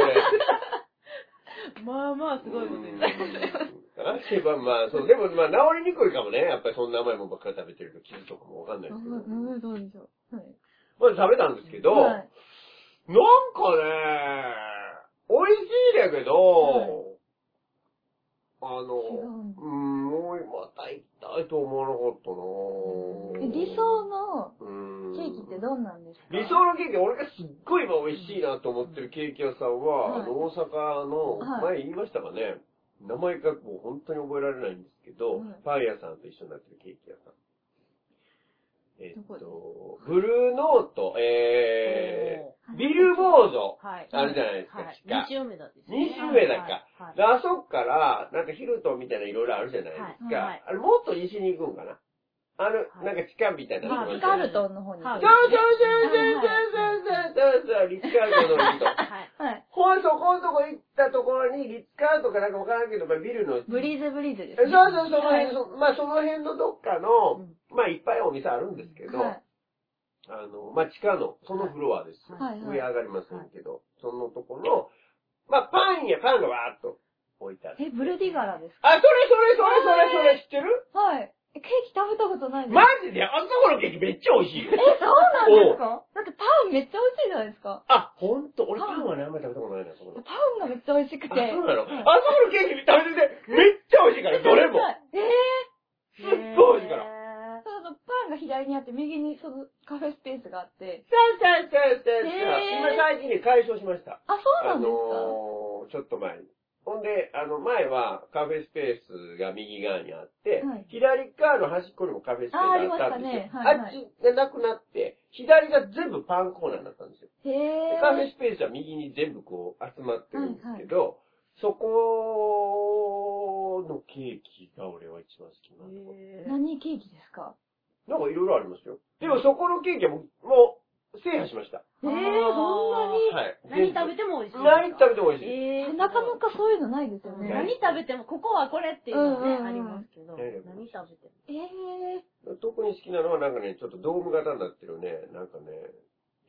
Speaker 2: 俺。
Speaker 3: まあまあ、すごいこと言
Speaker 2: う
Speaker 3: っ
Speaker 2: ん
Speaker 3: た。
Speaker 2: 足はまあ、そう、でもまあ、治りにくいかもね。やっぱりそんな甘いもんばっかり食べてると傷とかもわかんないですけど。
Speaker 1: うん、どうでしょう。はい。
Speaker 2: まず食べたんですけど、
Speaker 1: はい
Speaker 2: なんかね、美味しいんだけど、
Speaker 1: はい
Speaker 2: あ
Speaker 1: 違う
Speaker 2: の、
Speaker 1: んだ
Speaker 2: うん、もうまた行きたいと思わなかったな
Speaker 1: え理想の
Speaker 2: うん
Speaker 1: ケーキってどんなんですか
Speaker 2: 理想のケーキ、俺がすっごい今美味しいなと思ってるケーキ屋さんは、
Speaker 1: はい
Speaker 2: あの大阪の、
Speaker 1: は
Speaker 2: 前言いましたかね、名前がもう本当に覚えられないんですけど、
Speaker 1: はい
Speaker 2: パン屋さんと一緒になってるケーキ屋さん。えっ
Speaker 1: ど
Speaker 2: と、ブルーノート、え
Speaker 1: おー
Speaker 2: ー、ビルボード。
Speaker 3: はい。
Speaker 2: あるじゃないですか
Speaker 3: はい
Speaker 2: 地下
Speaker 3: 西梅田ですね。
Speaker 2: 西梅田か
Speaker 3: はい。
Speaker 2: であそこから、なんかヒルトンみたいな色々あるじゃないですか。
Speaker 3: はいはい
Speaker 2: あれもっと西に行くんかな。あの、
Speaker 3: い
Speaker 2: なんか地下みたいなとこ
Speaker 3: ま
Speaker 2: あ
Speaker 3: あ
Speaker 2: るじゃ
Speaker 1: リ
Speaker 2: ないです
Speaker 1: カ
Speaker 2: か
Speaker 1: ールトンの方に。
Speaker 3: は
Speaker 2: そうそうそうそうそうそうそう
Speaker 3: い
Speaker 2: そう、リッツカートの人。
Speaker 3: はい。
Speaker 1: はい。
Speaker 2: ほんと、こんとこ行ったところに、リッツカートかなんかわからんけど、まあ、ビルの、
Speaker 1: ブリーズブリーズで
Speaker 2: そ
Speaker 1: す
Speaker 2: う
Speaker 1: ね。
Speaker 2: そう、その辺、そまあ、その辺のどっか
Speaker 3: う
Speaker 2: の、
Speaker 3: ん
Speaker 2: まあ、いっぱいお店あるんですけど、
Speaker 1: はい。
Speaker 2: あの、まあ、地下の、そのフロアです。
Speaker 1: はいはい
Speaker 2: 上上がりませんけど、そのところの、まあ、パンやパンがわーっと置いてある。
Speaker 1: え、ブルディガラです
Speaker 2: あ、それそれそれそれそれ知ってる
Speaker 1: かはい。えケーキ食べたことないです。
Speaker 2: マジであそこのケーキめっちゃ美味しいよ
Speaker 1: え、。そうなんですかだってパンめっちゃ美味しいじゃないですか。
Speaker 2: あ、ほんと、俺パンはね、あんまり食べたことないな、そこの
Speaker 1: パ。ンがめっちゃ美味しくて。
Speaker 2: あ、そうなの、
Speaker 1: はい
Speaker 2: あそこのケーキ食べてて、めっちゃ美味しいから、どれも。
Speaker 1: えー
Speaker 2: すっごい美味しいから。
Speaker 3: ら。
Speaker 1: そのパンが左にあって、右にそのカフェスペースがあって。
Speaker 2: そうそうそうそうそう。
Speaker 1: へー
Speaker 2: 今最近ね、解消しました。
Speaker 1: あ、そうなん
Speaker 2: あの
Speaker 1: ですか、
Speaker 2: ー、ちょっと前に。ほんで、あの、前はカフェスペースが右側にあって、
Speaker 1: はい
Speaker 2: 左側の端っこにもカフェスペースがあったんですよ。
Speaker 1: あありました
Speaker 2: あっちがなくなって、左が全部パンコーナーになったんですよ。
Speaker 1: へぇ
Speaker 2: でカフェスペースは右に全部こう集まってるんですけど、そこのケーキが俺は一番好きなの。
Speaker 3: へー
Speaker 1: 何ケーキですか
Speaker 2: なんかいろいろありますよ。でもそこのケーキはもう、もう制覇しました。
Speaker 1: えー、そんなに
Speaker 2: はい。
Speaker 3: 何食
Speaker 2: て
Speaker 3: べても美味しい。
Speaker 2: 何食べても美味しい。
Speaker 3: えー
Speaker 1: なかなかそういうのないですよね。
Speaker 2: ない
Speaker 3: 何食べても、ここはこれっていうの
Speaker 1: うんうんうん
Speaker 3: ね、ありますけど、
Speaker 2: いやいや
Speaker 3: 何食べても。
Speaker 1: えー、
Speaker 2: 特に好きなのはなんかね、ちょっとドーム型になってるね、なんかね、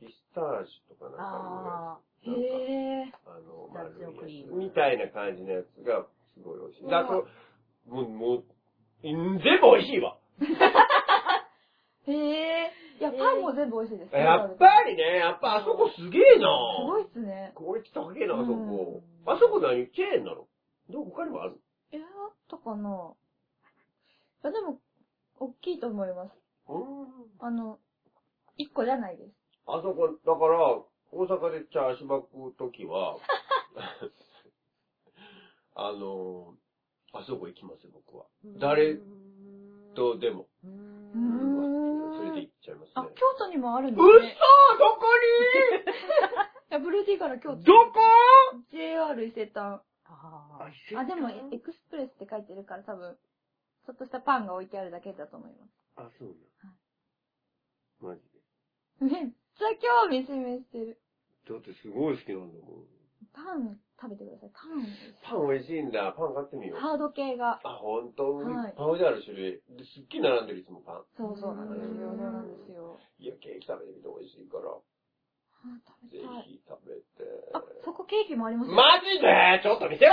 Speaker 2: ピスタージュとかなんか
Speaker 3: あ
Speaker 2: あるね。
Speaker 1: へ
Speaker 2: なんか、あの、
Speaker 3: ピス
Speaker 2: 丸
Speaker 3: タチ
Speaker 2: いやつ
Speaker 3: オクリーム
Speaker 2: みたいな感じのやつが、すごい
Speaker 1: う
Speaker 2: 美味しい。だ
Speaker 1: わ
Speaker 2: と、もう、もう、全部美味しいわ。
Speaker 1: ぇー。へぇいや、パンも全部美味しいです。
Speaker 2: やっぱりね、やっぱあそこすげえな
Speaker 1: すごいっすね。
Speaker 2: クオリティ高えな、あそこ。
Speaker 3: うん
Speaker 2: あそこ何チェーンなのどう他にもある
Speaker 1: え、あったかないや、でも、大きいと思います。あの、一個じゃないです。
Speaker 2: あそこ、だから、大阪でチャーシュバ食うときは、 あの、あそこ行きますよ、僕は。誰どうでも。
Speaker 3: う
Speaker 1: うー
Speaker 3: ん
Speaker 1: ん
Speaker 2: 連れて行っちゃいます
Speaker 1: あ、
Speaker 2: ね
Speaker 1: 京。都にもあるんで
Speaker 2: う
Speaker 1: す
Speaker 2: っそー
Speaker 1: ね。
Speaker 2: どこ
Speaker 1: いや、ブルーティーから京
Speaker 2: に
Speaker 1: 都。
Speaker 2: どこ
Speaker 1: ?JR 伊勢丹。
Speaker 3: あ
Speaker 1: あ、でも、エエクスプレスって書いてるから多分、ちょっとしたパンが置いてあるだけだと思いま
Speaker 2: あ、そうな。マジで。
Speaker 1: す。めっちゃ興味示してる。
Speaker 2: だってすごい好きなんだもん。
Speaker 1: パン食べてください。パン美味しい。
Speaker 2: パン美味しいんだ。パン買ってみよう。
Speaker 1: ハード系が。
Speaker 2: あ、ほんと、い
Speaker 1: はい
Speaker 2: っぱい置いてある種類。ですっきり並んでる、いつもパン。
Speaker 1: そうそうなんですよ。
Speaker 3: うん
Speaker 1: そうなんですよ。
Speaker 2: いや、ケーキ食べてみて美味しいから、
Speaker 1: あ、食
Speaker 2: ぜ
Speaker 1: べたい。
Speaker 2: ひ食べて。
Speaker 1: あ、そこケーキもありますよ。
Speaker 2: マジでちょっと見せろ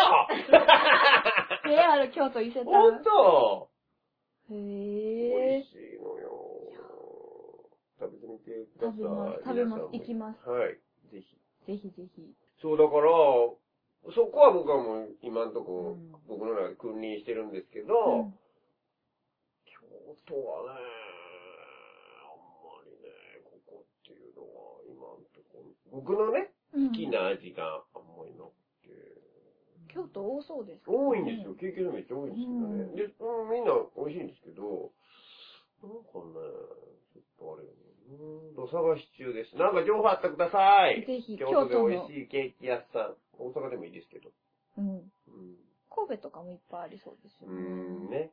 Speaker 1: JR 京都伊勢
Speaker 2: ほ
Speaker 1: 丹
Speaker 2: ん。と
Speaker 1: へー
Speaker 2: 美味しいのよ。食べてみてくださ
Speaker 1: 食
Speaker 2: い
Speaker 1: べます。。食べます。
Speaker 2: 皆さんも
Speaker 1: 行きます。
Speaker 2: はい。ぜひ。
Speaker 1: ぜひぜひ。
Speaker 2: そう、だから、そこは僕はもう今んとこ、
Speaker 3: うん
Speaker 2: 僕の中で君臨してるんですけど、
Speaker 1: うん
Speaker 2: 京都はね、あんまりね、ここっていうのは今んとこ、僕のね、
Speaker 1: うん
Speaker 2: 好きな味があんまりなくて、
Speaker 1: 京都多そうです。
Speaker 2: 多いんですよ。経験者めっちゃ多いんですけど
Speaker 1: うん
Speaker 2: ね。で、うんみんな美味しいんですけど、なんかね、ちょっとあれよね。うん、と探し中です。なんか情報あったらください。
Speaker 1: ぜひ、
Speaker 2: 京
Speaker 1: 京
Speaker 2: 都で
Speaker 1: 都の
Speaker 2: 美味し。いケーキ屋さん。大阪でもいいですけど。
Speaker 1: うん。
Speaker 2: うん。
Speaker 1: 神戸とかもいっぱいありそうですよ
Speaker 2: う
Speaker 1: ね。
Speaker 2: ん、ね。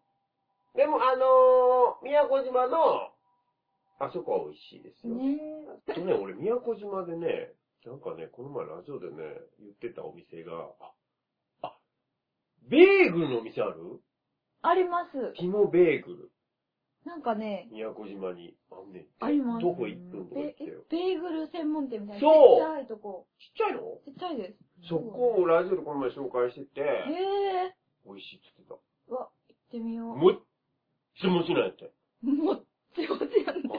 Speaker 2: でも、あのー、宮古島の、あそこは美味しいですよ。
Speaker 1: ね
Speaker 2: あとね、俺、宮古島でね、なんかね、この前ラジオでね、言ってたお店が、あ、あベーグルのお店ある
Speaker 1: あります。
Speaker 2: ティモベーグル。
Speaker 1: なんかね、
Speaker 2: 宮古島にあんねんって。
Speaker 1: あります
Speaker 2: どこ1分とか言
Speaker 1: ベ
Speaker 2: ってたよ。
Speaker 1: ベーグル専門店みたいな。
Speaker 2: そ
Speaker 1: ち
Speaker 2: う
Speaker 1: っちゃいとこ。
Speaker 2: ちっちゃいの
Speaker 1: ちっちゃいです。
Speaker 2: そこをラジオでこの前紹介してて、
Speaker 1: へえ。
Speaker 2: 美味しいって言って
Speaker 1: う
Speaker 2: た。
Speaker 1: わ、行ってみよう。
Speaker 2: もっちもちなんやって。
Speaker 1: もっちもちなん
Speaker 2: うん
Speaker 1: だ。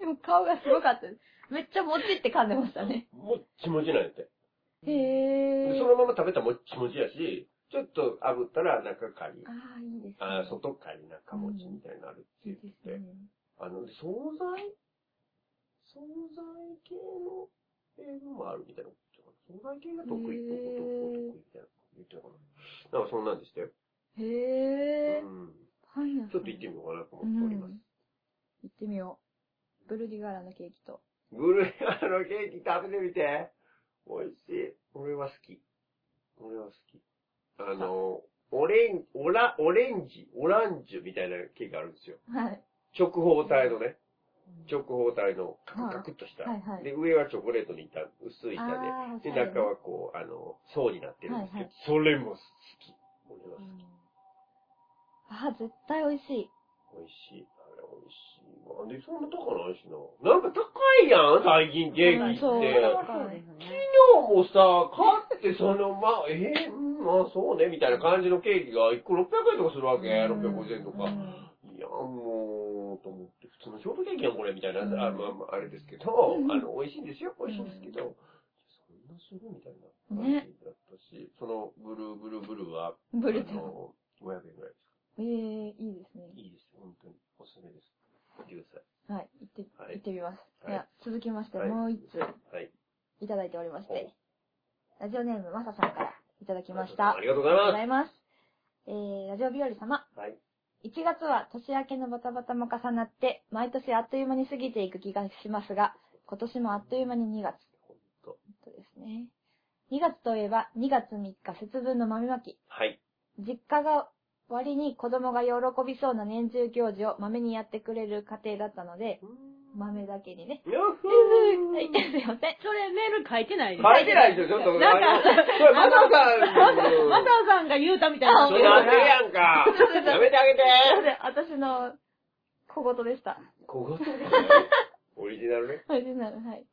Speaker 1: でも顔がすごかったです。めっちゃもちって噛んでましたね。
Speaker 2: もっちもちなんやって。
Speaker 1: へ
Speaker 2: で
Speaker 1: え。
Speaker 2: そのまま食べたらもっちもちやし、ちょっと炙ったら中カリ、
Speaker 1: ああ、いいですね。
Speaker 2: あー外カリ中もちみたいになるって
Speaker 1: い
Speaker 2: 言
Speaker 1: い
Speaker 2: っ
Speaker 1: で
Speaker 2: て
Speaker 1: すね
Speaker 2: て。。あの、惣菜惣菜系の英語もあるみたいなことかな。惣菜系が得意、
Speaker 1: へー
Speaker 2: どこどこ得意みたいなこと言ってたかな。なんかそんなんでしたよ。
Speaker 1: へえ。
Speaker 2: うん。
Speaker 1: パン屋さん。
Speaker 2: ちょっと行ってみようかなと思っております
Speaker 1: うん。行ってみよう。ブルディガーラのケーキと。
Speaker 2: ブルーアのケーキ食べてみて。美味しい。俺は好き。俺は好き。あの、オレン、オラ、オレンジ、オランジュみたいなケーキあるんですよ。
Speaker 1: はい。
Speaker 2: 直方体のね。直方体のカクカクっとした。
Speaker 1: はいはいはい
Speaker 2: で、上はチョコレートの板、薄い板で。
Speaker 1: あーおし
Speaker 2: で、
Speaker 1: ゃれね
Speaker 2: 中はこう、あの、層になってるんですけ
Speaker 1: はい
Speaker 2: ど、
Speaker 1: はい
Speaker 2: それも好き。俺は好
Speaker 1: あー、絶対美味しい。
Speaker 2: き。美味しい。あれ美味しいわ。で、そんな高ないしな。なんか高いやん、最近ケーキって。
Speaker 1: うんそう
Speaker 3: そうですね。
Speaker 2: 昨日もさ、買ってその、まあ、えー、うんまあそうね、みたいな感じのケーキが1個600円とかするわけ。650円と
Speaker 1: う
Speaker 2: か。
Speaker 1: ん
Speaker 2: いや、もう、と思って、普通のショートケーキやん、これ、みたいな、あ
Speaker 1: うん
Speaker 2: まあまあ、あれですけど、
Speaker 1: うん
Speaker 2: あの、美味しいんですよ、美味しいんですけど、そんなするみたいな感じだったし、その、ブルーブルーブルーは、
Speaker 1: ブルち
Speaker 2: あ
Speaker 1: ゃん。
Speaker 2: の、500円ぐらいで
Speaker 1: ええー、いいです
Speaker 2: す。
Speaker 1: ね。
Speaker 2: いいです、本当に、おすすめです。見てくだ
Speaker 1: はい、行って、
Speaker 2: はい
Speaker 1: 行ってみます。
Speaker 2: はい
Speaker 1: では、続きまして、
Speaker 2: はい
Speaker 1: もう一通
Speaker 2: さい。はい。
Speaker 1: いただいておりまし
Speaker 2: はい
Speaker 1: て、ラジオネームまささんからいただきまし
Speaker 2: あ
Speaker 1: た。あり
Speaker 2: りがとうござい
Speaker 1: がとうご
Speaker 2: ま
Speaker 1: ざいます。えー、ラジオ日和様、
Speaker 2: す。はい。
Speaker 1: 1月は年明けのバタバタも重なって、毎年あっという間に過ぎていく気がしますが、今年もあっという間に2月。
Speaker 2: ほんと。
Speaker 1: そうですね。2月といえば、2月3日節分の豆まき。
Speaker 2: はい。
Speaker 1: 実家が割に子供が喜びそうな年中行事を豆にやってくれる家庭だったので、豆だけにね。
Speaker 2: よっふー
Speaker 1: はい、 すいません。
Speaker 3: それメール書いてない
Speaker 2: 書いてないでしょ、ちょっと。
Speaker 3: なんか
Speaker 2: あれそれ、マサさんの。
Speaker 3: マサさんが言うたみたいな。
Speaker 2: それなってるやんか。やめてあげて。
Speaker 1: それ、 私の小言でした。
Speaker 2: 小言オリジナルね。
Speaker 1: オリジナル、はい。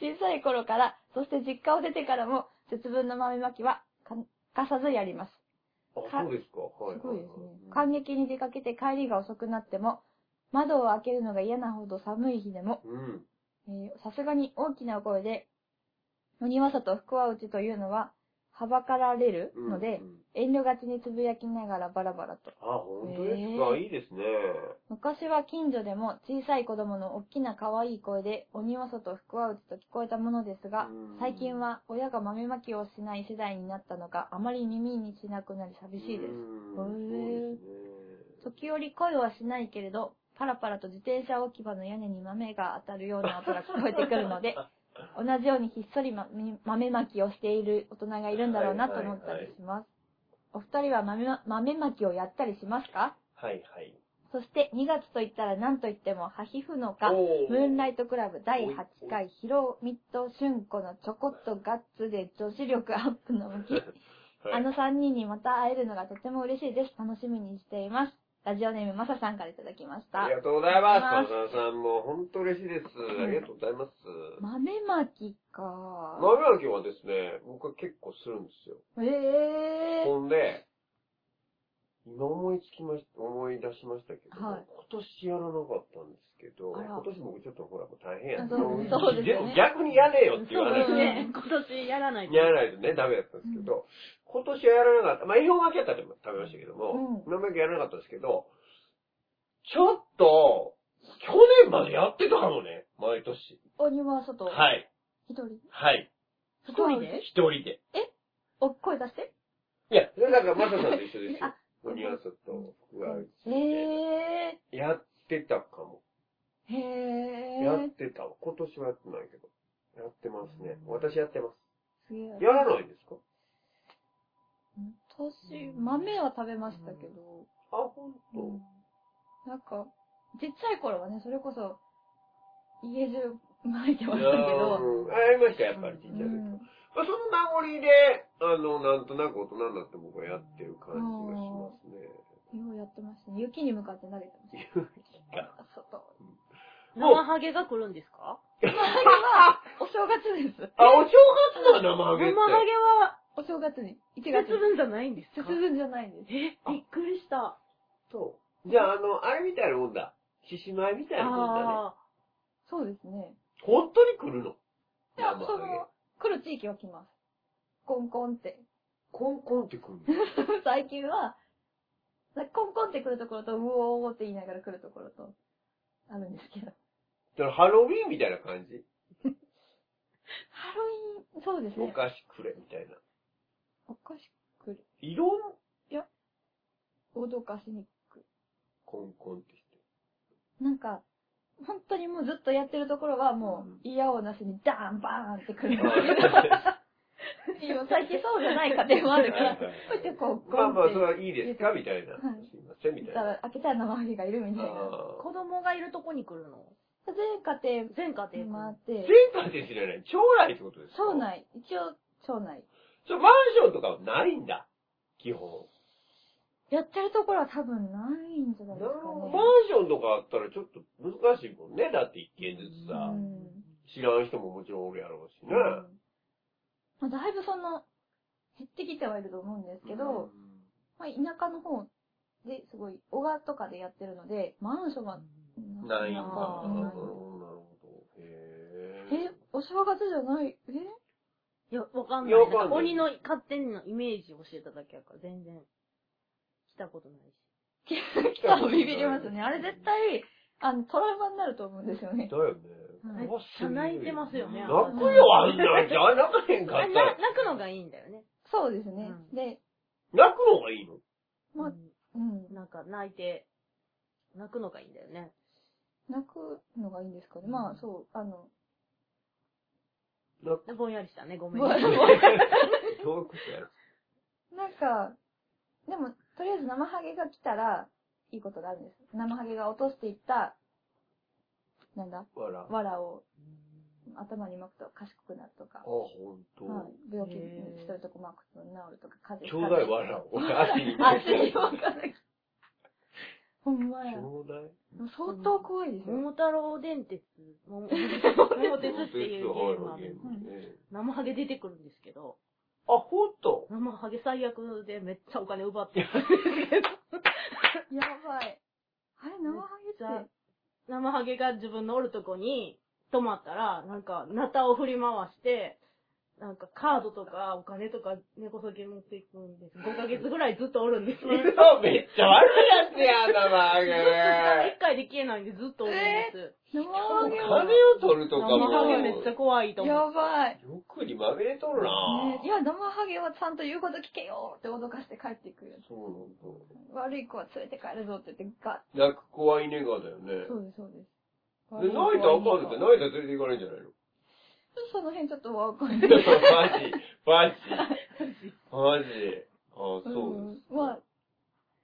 Speaker 1: 小さい頃から、そして実家を出てからも、節分の豆まきはか欠かさずやります。
Speaker 2: あ、
Speaker 1: か
Speaker 2: そうですか。は
Speaker 1: す
Speaker 2: い。
Speaker 1: ごいですね。感激に出かけて帰りが遅くなっても、窓を開けるのが嫌なほど寒い日でも、
Speaker 2: うん。
Speaker 1: えーさすがに大きな声で、鬼わさと福は内というのは、はばかられる
Speaker 2: うん
Speaker 1: ので、
Speaker 2: うん
Speaker 1: 遠慮がちにつぶやきながらバラバラと。
Speaker 2: あ、本当です
Speaker 1: へ
Speaker 2: か。
Speaker 1: え
Speaker 2: いいですね。
Speaker 1: 昔は近所でも小さい子供の大きな可愛い声で、鬼は外、福は内と聞こえたものですが
Speaker 2: うん、
Speaker 1: 最近は親が豆まきをしない世代になったのか、あまり耳にしなくなり寂しいで
Speaker 2: うん
Speaker 1: へえす。
Speaker 2: そうで
Speaker 1: 時折声はしないけれど、パラパラと自転車置き場の屋根に豆が当たるような音が聞こえてくるの で、同じようにひっそりま豆まきをしている大人がいるんだろうなと思ったりします。お二人は豆ま豆まきをやったりしますか
Speaker 2: すね。はいはい。
Speaker 1: そして2月といったら何といっても、ハヒフのか、
Speaker 2: おー
Speaker 1: ムーンライトクラブ第8回、ヒロミとシュンコのちょこっとガッツで女子力アップの向き。
Speaker 2: はい
Speaker 1: あの3人にまた会えるのがとても嬉しいです。楽しみにしています。ラジオネームまささんからいただきまし
Speaker 2: あ
Speaker 1: た
Speaker 2: り。がとうございます。
Speaker 1: ありが
Speaker 2: マ
Speaker 1: とう
Speaker 2: サさんも本当嬉しいです。ありがとうございます。
Speaker 1: 豆まき
Speaker 2: 豆
Speaker 1: か。
Speaker 2: まきはですね、僕は結構するんですよ。
Speaker 1: ええー。
Speaker 2: ほんで、今思いつきまし、思い出しましたけど、
Speaker 1: はい
Speaker 2: 今年やらなかったんですけど、
Speaker 1: あら
Speaker 2: 今年僕ちょっとほら、もう大変やん
Speaker 1: あそうそうですね
Speaker 2: 逆にやれよって言わ
Speaker 3: そ
Speaker 2: な
Speaker 3: う
Speaker 2: い
Speaker 3: で
Speaker 2: と
Speaker 3: すね
Speaker 1: う。
Speaker 3: 今年やらないと。
Speaker 2: やらないとね、ダメだったんですけど、今年はやらなかった。まあ、恵方巻きやったら食べましたけど
Speaker 1: う
Speaker 2: も、今までやらなかったんですけど、ちょっと、去年までやってたかもね、毎年。
Speaker 1: 鬼は外。
Speaker 2: はい。
Speaker 1: 一人。
Speaker 2: はい。
Speaker 3: 一人で
Speaker 2: 一人で。
Speaker 1: お、声出して。
Speaker 2: いや、だから、マサさんと一緒ですよ
Speaker 1: あ。
Speaker 2: おニャンさんと、僕が、
Speaker 1: ええ
Speaker 2: やってたかも。
Speaker 1: ー。へえ
Speaker 2: やっ
Speaker 1: ー。
Speaker 2: てたわ。今年はやってないけど。やってますね。私やってます
Speaker 1: げえ
Speaker 2: す。やらないんですか
Speaker 1: 私、豆は食べましたけど、
Speaker 2: あ、ほんと。
Speaker 1: なんか、ちっちゃい頃はね、それこそ、家中巻いてま
Speaker 2: い
Speaker 1: し
Speaker 2: や
Speaker 1: たけ
Speaker 2: ー
Speaker 1: ど、
Speaker 2: うんありました、やっぱり、ちっ
Speaker 1: う
Speaker 2: ちゃい時は
Speaker 1: ん、
Speaker 2: まあ、その名残で、あの、なんとなく大人になって僕はやってる感じがしますね。
Speaker 1: ようやってましたね。雪に向かって投げてまし
Speaker 2: 勇気
Speaker 1: た
Speaker 2: が。。
Speaker 1: 外。
Speaker 3: 生ハゲが来るんですか
Speaker 1: お正月です。
Speaker 2: あ、お正月だ、生ハゲっ
Speaker 3: 生
Speaker 2: て。
Speaker 3: ハゲは
Speaker 1: お正月に。1月
Speaker 3: 節
Speaker 1: に。
Speaker 3: 分じゃないんです
Speaker 1: 節
Speaker 3: か
Speaker 1: 分じゃないんです。
Speaker 3: え、びっくりした。
Speaker 2: そう。じゃあ、あの、あれみたいなもんだ。獅子舞みたいなもんだね。
Speaker 3: あ
Speaker 1: そうですね。
Speaker 2: 本当に来るの。
Speaker 1: いや、
Speaker 2: 生
Speaker 1: そ
Speaker 2: ハゲ
Speaker 1: の。、来る地域は来ます。コンコンって。
Speaker 2: コンコンって来るの。
Speaker 1: 最近は、なんかコンコンって来るところと、うおーって言いながら来るところと、あるんですけど。
Speaker 2: だからハロウィーンみたいな感じ。
Speaker 1: ハロウィン、そうです
Speaker 2: お
Speaker 1: ね。
Speaker 2: 菓子くれ、みたいな。
Speaker 1: お菓子くる。
Speaker 2: いろん、
Speaker 1: 脅かしに来る。
Speaker 2: コンコンって して。
Speaker 1: なんか、本当にもうずっとやってるところはも
Speaker 2: うん
Speaker 1: う、嫌をなしにダーンバーンって来る。
Speaker 2: は
Speaker 1: でも最近 そうじゃない家庭もあるから、こうや ってこう、
Speaker 2: まあまあ、それ
Speaker 1: ゴンっ
Speaker 2: はいいですかみたいな。
Speaker 1: はい
Speaker 2: すいません、
Speaker 1: て
Speaker 2: み
Speaker 1: 行
Speaker 2: た
Speaker 1: った
Speaker 2: いな
Speaker 1: ら。開けたら生ハゲがいるみたいな。
Speaker 2: あ
Speaker 3: ー
Speaker 2: ー
Speaker 3: 子供がいるとこに来るの
Speaker 1: 全家庭回っ
Speaker 3: 全家庭か。
Speaker 1: て、
Speaker 2: 前回って知らない。町内ってことですか
Speaker 1: 町内、一応町内。
Speaker 2: そう、マンションとかはないんだ。基本。
Speaker 1: やってるところは多分ないんじゃな
Speaker 2: ないる
Speaker 1: です
Speaker 2: ほど。
Speaker 1: か
Speaker 2: マ
Speaker 1: ね。
Speaker 2: ンションとかあったらちょっと難しいもんね。だって一軒ずつ
Speaker 1: う
Speaker 2: さ、
Speaker 1: ん
Speaker 2: 知らん人ももちろんおるやろうしね。
Speaker 1: まあ、だいぶその、減ってきてはいると思うんですけど、まあ、田舎の方ですごい、小川とかでやってるので、マンションは
Speaker 2: うん、ないんだ。なる
Speaker 1: か
Speaker 2: ほど、なるほ
Speaker 1: な
Speaker 2: ど。へ
Speaker 1: いえ、お正月じゃない、え
Speaker 3: いや、わかんな
Speaker 2: い
Speaker 3: い
Speaker 2: やわ
Speaker 3: な
Speaker 2: かんない
Speaker 3: んか。鬼の勝手にのイメージ教えただけやから、全然。来たことないし。
Speaker 1: 来たらビビりますね。あれ絶対、あの、トラウマになると思うんですよね。
Speaker 2: だよね。
Speaker 1: はい
Speaker 2: 怖すぎる
Speaker 3: 泣いてますよね
Speaker 2: 泣くよ、あんなんじゃ。泣かへんか
Speaker 3: あ
Speaker 2: っ
Speaker 3: な
Speaker 2: たら。
Speaker 3: 泣くのがいいんだよね。
Speaker 1: そうですね。
Speaker 3: うん
Speaker 1: で、
Speaker 2: 泣くのがいいの
Speaker 1: まあ
Speaker 3: うん
Speaker 1: うん。
Speaker 3: なんか泣いて、泣くのがいいんだよね。
Speaker 1: 泣くのがいいんですかね。まあ、そう、あの、
Speaker 2: 泣く。
Speaker 3: ぼんやりしたね、ごめん。
Speaker 1: ぼんやり
Speaker 2: どういうことやろ
Speaker 1: なんか、でも、とりあえず生ハゲが来たら、いいことがあるんです。生ハゲが落としていった、なんだ、
Speaker 2: わら。あ、
Speaker 1: 藁を頭に巻くと賢くなるとか、
Speaker 2: ほんと。
Speaker 1: はい、病気にしてるとこ巻くと治るとか、風
Speaker 2: ちょうだいわらを。足に
Speaker 1: あ、足に巻かなきゃ。ほんま
Speaker 2: ち
Speaker 1: や。も
Speaker 2: ょうだい。
Speaker 1: う相当怖いですよ。
Speaker 3: 桃太郎電鉄、桃桃鉄っていうゲームがある。生ハゲ出てくるんですけど、
Speaker 2: あ、ほんと
Speaker 3: 生ハゲ最悪でめっちゃお金奪ってる。
Speaker 1: やばい。あれ、生ハゲって、
Speaker 3: 生ハゲが自分のおるとこに止まったら、なんか、ナタを振り回して、なんかカードとかお金とか根こそぎ持っていくんです。5ヶ月ぐらいずっとおるんです ね。
Speaker 2: 嘘めっちゃ悪いやつやん、生ハ
Speaker 3: 一
Speaker 2: ゲ。
Speaker 3: 回で消えないんでずっとおるんです。
Speaker 1: 生
Speaker 2: お
Speaker 1: ハゲは
Speaker 2: 金を取るとか
Speaker 3: 生
Speaker 2: も。
Speaker 3: ハゲめっちゃ怖いと思う。
Speaker 1: やばい。
Speaker 2: よくにまみれとるな
Speaker 1: ねいや、生ハゲはちゃんと言うこと聞けよって脅かして帰ってくる。
Speaker 2: そうなんだ。
Speaker 1: 悪い子は連れて帰るぞって言って、ガ
Speaker 2: 泣く子は犬がだよね。
Speaker 1: ッ。そうです、そうです。
Speaker 2: で、泣いたらあかんって、
Speaker 1: ちょっ
Speaker 2: 泣いたら連れて行かないんじゃないの
Speaker 1: とその辺ちょっとわかんない。
Speaker 2: マジ、マジ、マジ。あ、 そうです。
Speaker 1: うんまあ、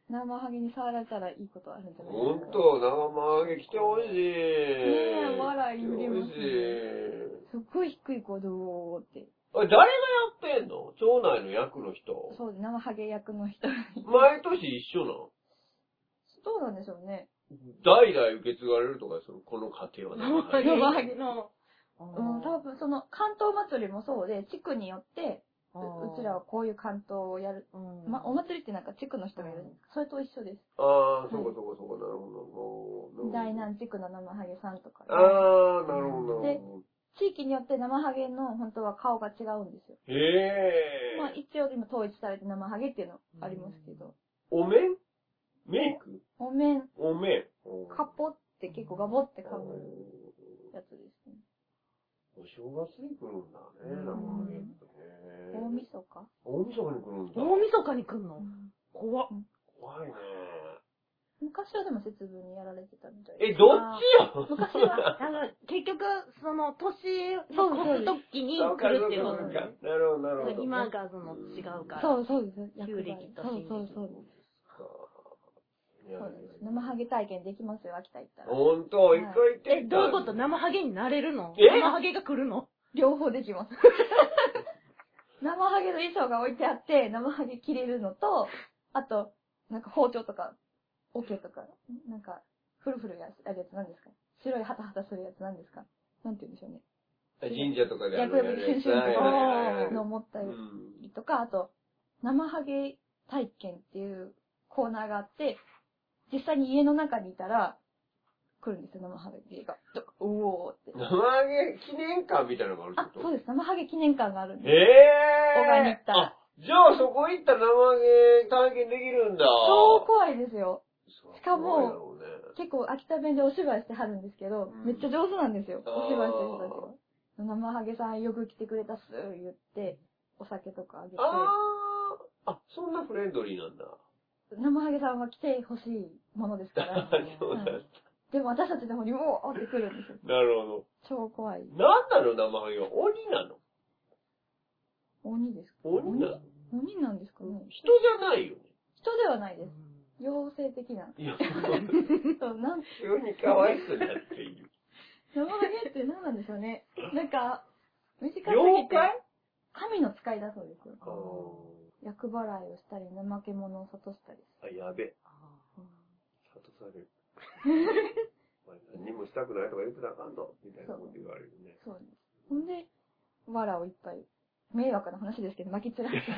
Speaker 1: 生ハゲに触られたらいいことあるんじゃない
Speaker 2: ほん
Speaker 1: か。
Speaker 2: と、生揚げ来てほしい。ね
Speaker 1: え笑いに触れますね
Speaker 2: 来て
Speaker 1: すっごい低い子どうって。
Speaker 2: ほしい。あ誰がやってんの町内の役の人。
Speaker 1: そうです、生ハゲ役の人。
Speaker 2: 毎年一緒なの
Speaker 1: どうなんでしょうね。
Speaker 2: 代々受け継がれるとか、その、この家庭は
Speaker 3: 生
Speaker 2: 生
Speaker 3: ハ
Speaker 2: 揚げ。
Speaker 3: ゲの。
Speaker 1: うん、多分その関東祭りもそうで、地区によって、ううちらはこういう関東をやる。
Speaker 3: うん
Speaker 1: ま、お祭りってなんか地区の人がいるんです。それと一緒です。
Speaker 2: あー、そうかそうかそうか、なるほどもう。な
Speaker 1: 大
Speaker 2: るほど
Speaker 1: 南地区の生ハゲさんとか。
Speaker 2: あー、なるほど、なるほど。
Speaker 1: 地域によって生ハゲの本当は顔が違うんですよ。
Speaker 2: へえ。
Speaker 1: まあ一応今統一されて生ハゲっていうのありますけど。
Speaker 2: お面メイク
Speaker 1: お面、
Speaker 2: お面。
Speaker 1: カポって結構ガボってか
Speaker 2: お
Speaker 1: ぶるやつですね。
Speaker 2: お正月に来るんだね、
Speaker 3: うん
Speaker 2: 生ハゲってね。
Speaker 1: 大晦日
Speaker 2: 大晦日に来るんだ。
Speaker 3: 大晦日に来んの怖っ。
Speaker 2: 怖いね。
Speaker 1: 昔はでも節分にやられてたみたい
Speaker 2: え、
Speaker 1: で
Speaker 2: どっちよ
Speaker 1: 昔は、
Speaker 3: なんか、結局、その、年を越す時に来る っていうこと
Speaker 2: な
Speaker 3: ね。
Speaker 2: るほど、なるほど。
Speaker 3: 今がその違うから。
Speaker 1: そうそうです。
Speaker 3: 旧暦と
Speaker 1: そ
Speaker 3: 新
Speaker 1: う
Speaker 3: 暦
Speaker 1: そうそう。
Speaker 2: いや
Speaker 1: そうです。生ハゲ体験できますよ、秋田行ったら。
Speaker 2: ほんと、一回行ってみた
Speaker 3: え、
Speaker 2: い
Speaker 3: どういうこと生ハゲになれるの
Speaker 2: え
Speaker 3: 生ハゲが来るの
Speaker 1: 両方できます。 生ハゲの衣装が置いてあって、生ハゲ切れるのと、あと、なんか包丁とか、オケとか、なんか、フルフルやるやつなんですか白いハタハタするやつなんですかなんて言うんでしょうね。
Speaker 2: 神社とかであの
Speaker 1: 薬
Speaker 2: やるや
Speaker 1: 薬
Speaker 2: つはいはいはいはい
Speaker 1: の持った
Speaker 2: う
Speaker 1: り
Speaker 2: ん
Speaker 1: とか、あと、生ハゲ体験っていうコーナーがあって、実際に家の中にいたら、来るんですよ、生ハゲが。とおおーって。
Speaker 2: 生ハゲ記念館みたいなのがあるって
Speaker 1: あ、
Speaker 2: こと
Speaker 1: そうです。生ハゲ記念館があるんです。
Speaker 2: ええー。
Speaker 1: 小川に行ったら
Speaker 2: あ、じゃあそこ行ったら生揚げ体験できるんだ。
Speaker 1: 超怖いですよ。
Speaker 2: そう
Speaker 1: しかも
Speaker 2: 怖いだろうね
Speaker 1: 結構秋田弁でお芝居してはるんですけど、
Speaker 2: うん
Speaker 1: めっちゃ上手なんですよ、
Speaker 2: あー
Speaker 1: お芝居してる人たちが。生ハゲさんよく来てくれたっす、言って、お酒とかあげて、
Speaker 2: あー、あ、そんなフレンドリーなんだ。
Speaker 1: 生ハゲさんは来てほしいものですか ら、
Speaker 2: そうなんだ。
Speaker 1: でも私たちの方にもーって来るんですよ。
Speaker 2: なるほど。
Speaker 1: 超怖い。
Speaker 2: なんなの生ハゲは鬼なの
Speaker 1: 鬼ですか
Speaker 2: 鬼なの
Speaker 1: 鬼なんですかね
Speaker 2: 人じゃないよね。
Speaker 1: 人ではないです。妖精的な。
Speaker 2: いや、
Speaker 1: そうなん
Speaker 2: 急にかわいそうになっている。
Speaker 1: 生ハゲって何なんでしょう ね。なんか、身近すぎ
Speaker 2: 妖
Speaker 1: て、
Speaker 2: 怪
Speaker 1: 神の使いだそうですよ。
Speaker 2: あー
Speaker 1: 厄払いをしたり、怠け者を諭したり。
Speaker 2: あ、やべ。諭される。お前何もしたくないとか言ってたらあかんぞ。みたいなこと言われるね。
Speaker 1: そうです。ほんで、わらをいっぱい。迷惑な話ですけど、巻き散らして。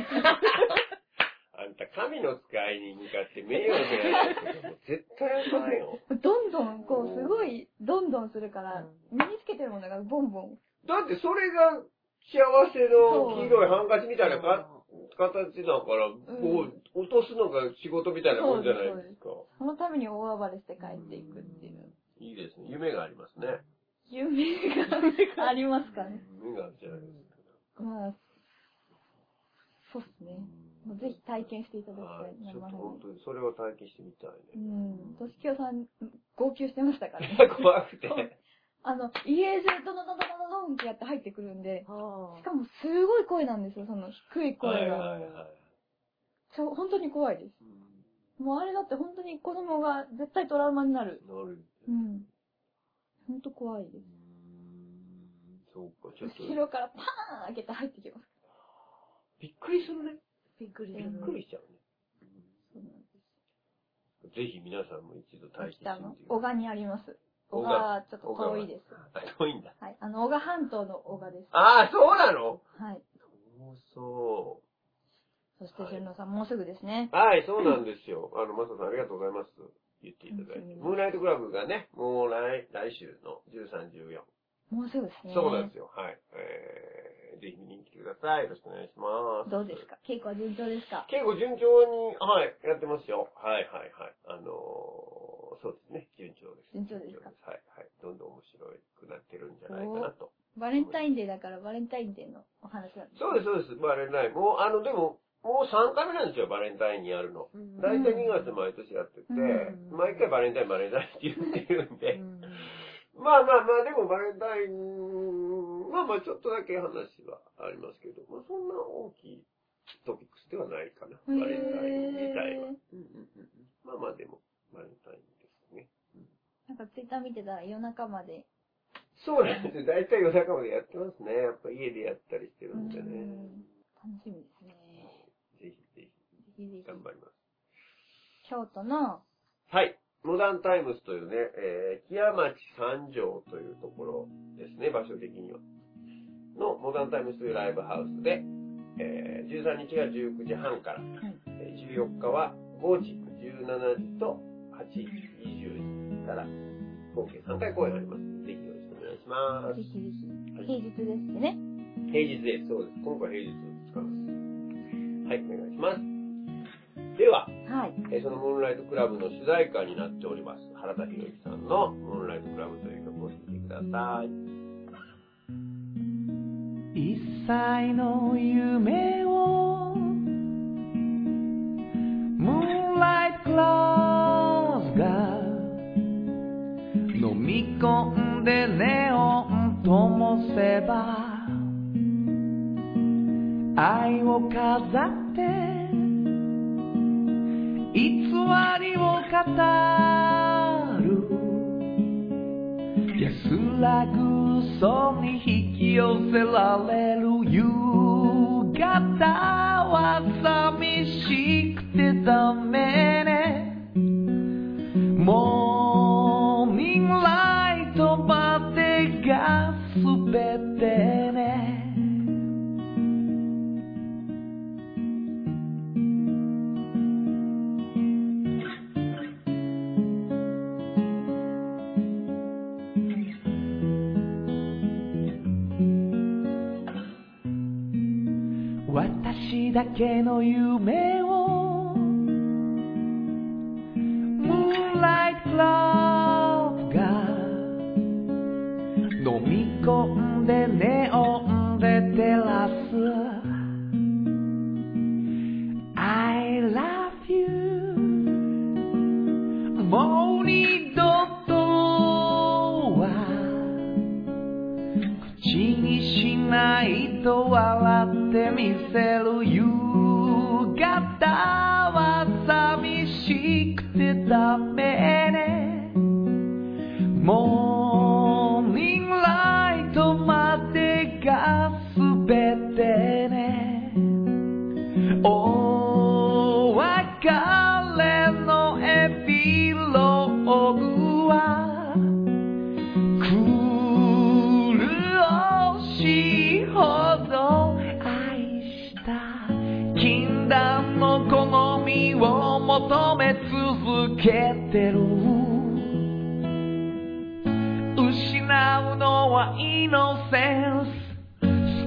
Speaker 2: あんた神の使いに向かって迷惑やるとかもう絶対あかんよ。
Speaker 1: どんどん、こう、すごい、どんどんするから
Speaker 3: う、ん
Speaker 1: 身につけてるものがボンボン。
Speaker 2: だってそれが幸せの黄色いハンカチみたいなか形だから、こう、落とすのが仕事みたいなもんじゃないですか。
Speaker 1: そのために大暴れして帰っていくっていう。
Speaker 2: いいですね。夢がありますね。
Speaker 1: 夢がありますかね。
Speaker 2: 夢があるじゃないですか。
Speaker 1: まあ、そうっすね。もうぜひ体験していただきた。
Speaker 2: はいい。ち
Speaker 1: 生
Speaker 2: ょっと
Speaker 1: ハ
Speaker 2: 本当にそれを体験してみたい
Speaker 1: ゲ。う
Speaker 2: ね。
Speaker 1: ん。としきおさん、号泣してましたからね。
Speaker 2: 怖くて。
Speaker 1: あの、家中、ドドドドドドンってやって入ってくるんで、
Speaker 3: あ
Speaker 1: しかもすごい声なんですよ、その低い
Speaker 2: は
Speaker 1: 声
Speaker 2: い
Speaker 1: が。
Speaker 2: はいは
Speaker 1: ちょ、本当に怖いです。
Speaker 2: い。うん
Speaker 1: もうあれだって本当に子供が絶対トラウマになる。
Speaker 2: なる。
Speaker 1: うん。本当怖いで
Speaker 2: う
Speaker 1: す。
Speaker 2: んそうか、ちょっと。
Speaker 1: 後ろからパーン開けて入ってきます。
Speaker 2: びっくりするね。
Speaker 3: びっくり
Speaker 2: びっくりしちゃうね。
Speaker 1: そうなんで
Speaker 2: ぜひ皆さんも一度体
Speaker 1: す。
Speaker 2: 験
Speaker 1: 秋田
Speaker 2: して
Speaker 1: の
Speaker 2: みて
Speaker 1: 小
Speaker 2: くださ
Speaker 1: 賀
Speaker 2: い。
Speaker 1: にあります。
Speaker 2: 小
Speaker 1: 小
Speaker 2: 鹿
Speaker 1: 賀はちょっと遠いです。
Speaker 2: あ、遠いんだ。
Speaker 1: はい。あの、小賀半島の小賀です。
Speaker 2: ああ、そうなの
Speaker 1: はい。
Speaker 2: そう
Speaker 1: そ
Speaker 2: そ
Speaker 1: して、純郎さん、もうすぐですね。
Speaker 2: う。はい、そうなんですよ。あの、マサさんありがとうございます。言っていただいて。
Speaker 1: うん
Speaker 2: ムーンライトクラブがね、もう来、来週の13、14。
Speaker 1: もうすぐですね。
Speaker 2: そうなんですよ。はい。えー、ぜひ見に来てください。よろしくお願いします。
Speaker 1: どうですか稽古は順調ですか
Speaker 2: 結構順調に、はい、やってますよ。はい、はい、はい。あのー、そうですね。順調です。
Speaker 1: 順調ですか
Speaker 2: はい、はい。どんどん面白くなってるんじゃないかなと。
Speaker 1: バレンタインデーだからバレンタインデーのお話なんです。
Speaker 2: そうです、そうです。バレンタイン。もう、あの、でも、もう3回目なんですよ、バレンタインにやるの。
Speaker 3: うん
Speaker 2: 大体2月毎年やってて、
Speaker 3: うん
Speaker 2: 毎回バレンタイン、バレンタインって言ってるん
Speaker 3: う
Speaker 2: で。
Speaker 3: ん
Speaker 2: まあまあまあ、でもバレンタイン、まあまあ、ちょっとだけ話はありますけど、まあ、そんな大きいトピックスではないかな、
Speaker 1: へー
Speaker 2: バレンタイン自体は。うんうんうんまあまあ、でも、バレンタインですね。
Speaker 1: なんかツイッター見てたら夜中まで。
Speaker 2: そうなんですよ。大体夜中までやってますね。やっぱ家でやったりしてるんでね。
Speaker 1: うん楽しみですね。
Speaker 2: ぜひぜ
Speaker 1: ぜひぜ
Speaker 2: ひ、
Speaker 1: ひ。
Speaker 2: 頑張ります。
Speaker 1: 京都の、
Speaker 2: はい。モダンタイムズというね、えー、木屋町三条というところですね、場所的には。の、モダンタイムズというライブハウスで、えー、13日が19時半から、
Speaker 1: はい
Speaker 2: えー14日は5時、17時と8時、20時から、合計3回公演あります。ぜひよろしくお願いしま
Speaker 1: ぜひぜひ。
Speaker 2: す。は
Speaker 1: 平
Speaker 2: い、
Speaker 1: 日ですしね。
Speaker 2: 平日です。そうです。今回平日を使います。はい、お願いします。では、
Speaker 1: はい。
Speaker 2: えーそのムーンライトクラブの主題歌になっております原田裕之さんの「ムーンライトクラブ」という曲を聴いてください
Speaker 4: 一切の夢を Moonlight Glass が飲み込んでネオン灯せば愛を飾って偽りを語る安らぐ嘘に引き寄せられる夕方は寂しくてダメねモーニングライトまでが全てね私だけの夢を Moonlight Club が飲み込んでネオンで照らす I love you もう二度とは口にしないと笑ってみせる夕方は寂しくてダメねモーニングライトまでが全てねお別れのエピローグは「苦しいほど愛した」「禁断の好みを求め続けてる」「失うのはイノセンス」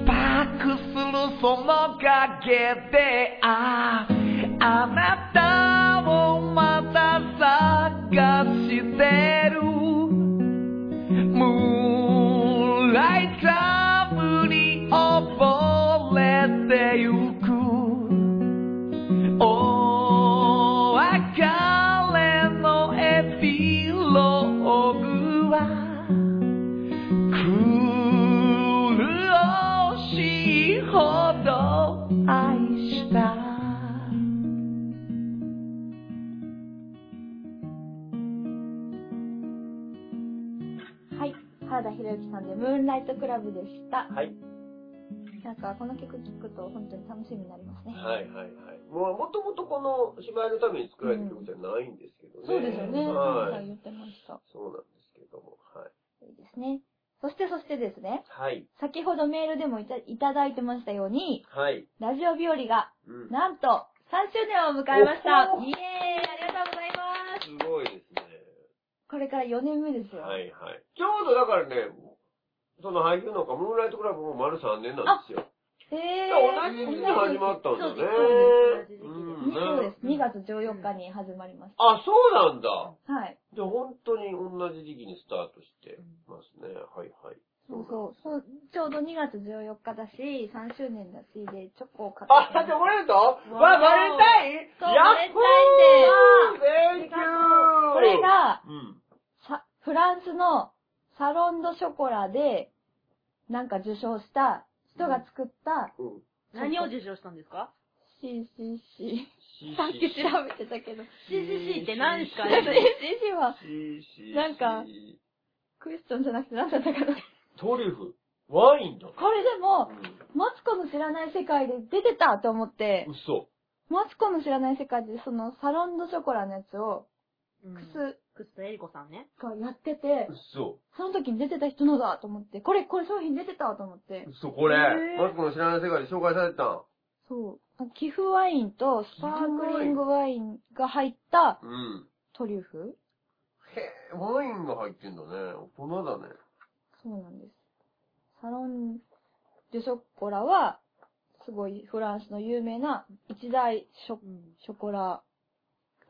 Speaker 4: 「スパークするその影でああなたをまた探してる」ムーンライトラブに溺れてゆくお別れのエピローグは苦しいほど愛した
Speaker 1: はい。原田博之さんで、ムーンライトクラブでした。
Speaker 2: はい
Speaker 1: なんか、この曲聴くと本当に楽しみになりますね。
Speaker 2: はいはいはいもうもともとこの芝居のために作られた曲じゃないんですけどね、
Speaker 1: そうですよね。なん
Speaker 2: は
Speaker 1: か
Speaker 2: い
Speaker 1: 言ってました。
Speaker 2: そうなんですけどもはい
Speaker 1: いいですね。そして、そしてですね。
Speaker 2: はい
Speaker 1: 先ほどメールでもいたいただいてましたように、
Speaker 2: はい、
Speaker 1: ラジオ日和が、
Speaker 2: うん、
Speaker 1: なんと、3周年を迎えました
Speaker 2: お
Speaker 1: イエーイありがとうございます
Speaker 2: すごいです
Speaker 1: これから4年目ですよ。
Speaker 2: はいはい。ちょうどだからね、その俳優のか、ムーンライトクラブも丸3年なんですよ。
Speaker 1: え
Speaker 2: 同
Speaker 1: ー、
Speaker 2: じ時期に始まったんだね。
Speaker 3: そ
Speaker 1: ね
Speaker 3: う
Speaker 1: そう
Speaker 2: うん
Speaker 1: で
Speaker 2: ね
Speaker 1: す。2月14日に始まりまし
Speaker 2: あ、そうなんだ。
Speaker 1: た。はい。
Speaker 2: じゃあ本当に同じ時期にスタートしてますね。はいはい。
Speaker 1: そうそう。そうちょうど2月14日だし、3周年だし、で、チョコを買
Speaker 2: あ
Speaker 1: っ、て。
Speaker 2: チョコレートわ、バレンタイン
Speaker 1: そう
Speaker 2: やっほー !Thank
Speaker 1: これ
Speaker 2: you!
Speaker 1: が、
Speaker 2: うん。
Speaker 1: さフランスのサロンドショコラで、なんか受賞した人が作った
Speaker 2: うん。
Speaker 3: 何を受賞したんですか
Speaker 1: CCC。
Speaker 2: CCC
Speaker 1: さっき調べてたけど。
Speaker 3: ?CCC って何ですか
Speaker 1: CCC は
Speaker 2: CCC
Speaker 1: なんかクエスチョンじゃなくて何だったかな。これで
Speaker 2: トリュフ。ワインだ。
Speaker 1: も
Speaker 2: う、ん
Speaker 1: マツコの知らない世界で出てたと思って、
Speaker 2: 嘘。
Speaker 1: マツコの知らない世界でそのサロンドショコラのやつを、クス
Speaker 3: クスとエリコさんね。
Speaker 1: がやってて、
Speaker 2: 嘘。
Speaker 1: その時に出てた人のだと思って、これ、これ商品出てたと思って。
Speaker 2: 嘘、これ
Speaker 3: へ。ー
Speaker 2: マツコの知らない世界で紹介されてたん。
Speaker 1: そう。寄付ワインとスパークリングワインが入った
Speaker 2: うん。
Speaker 1: トリュフ
Speaker 2: へーワインが入ってんだね。大人だね。
Speaker 1: そうなんです。サロン・デュショコラは、すごいフランスの有名な一大ショ
Speaker 3: うん。
Speaker 1: ショコラ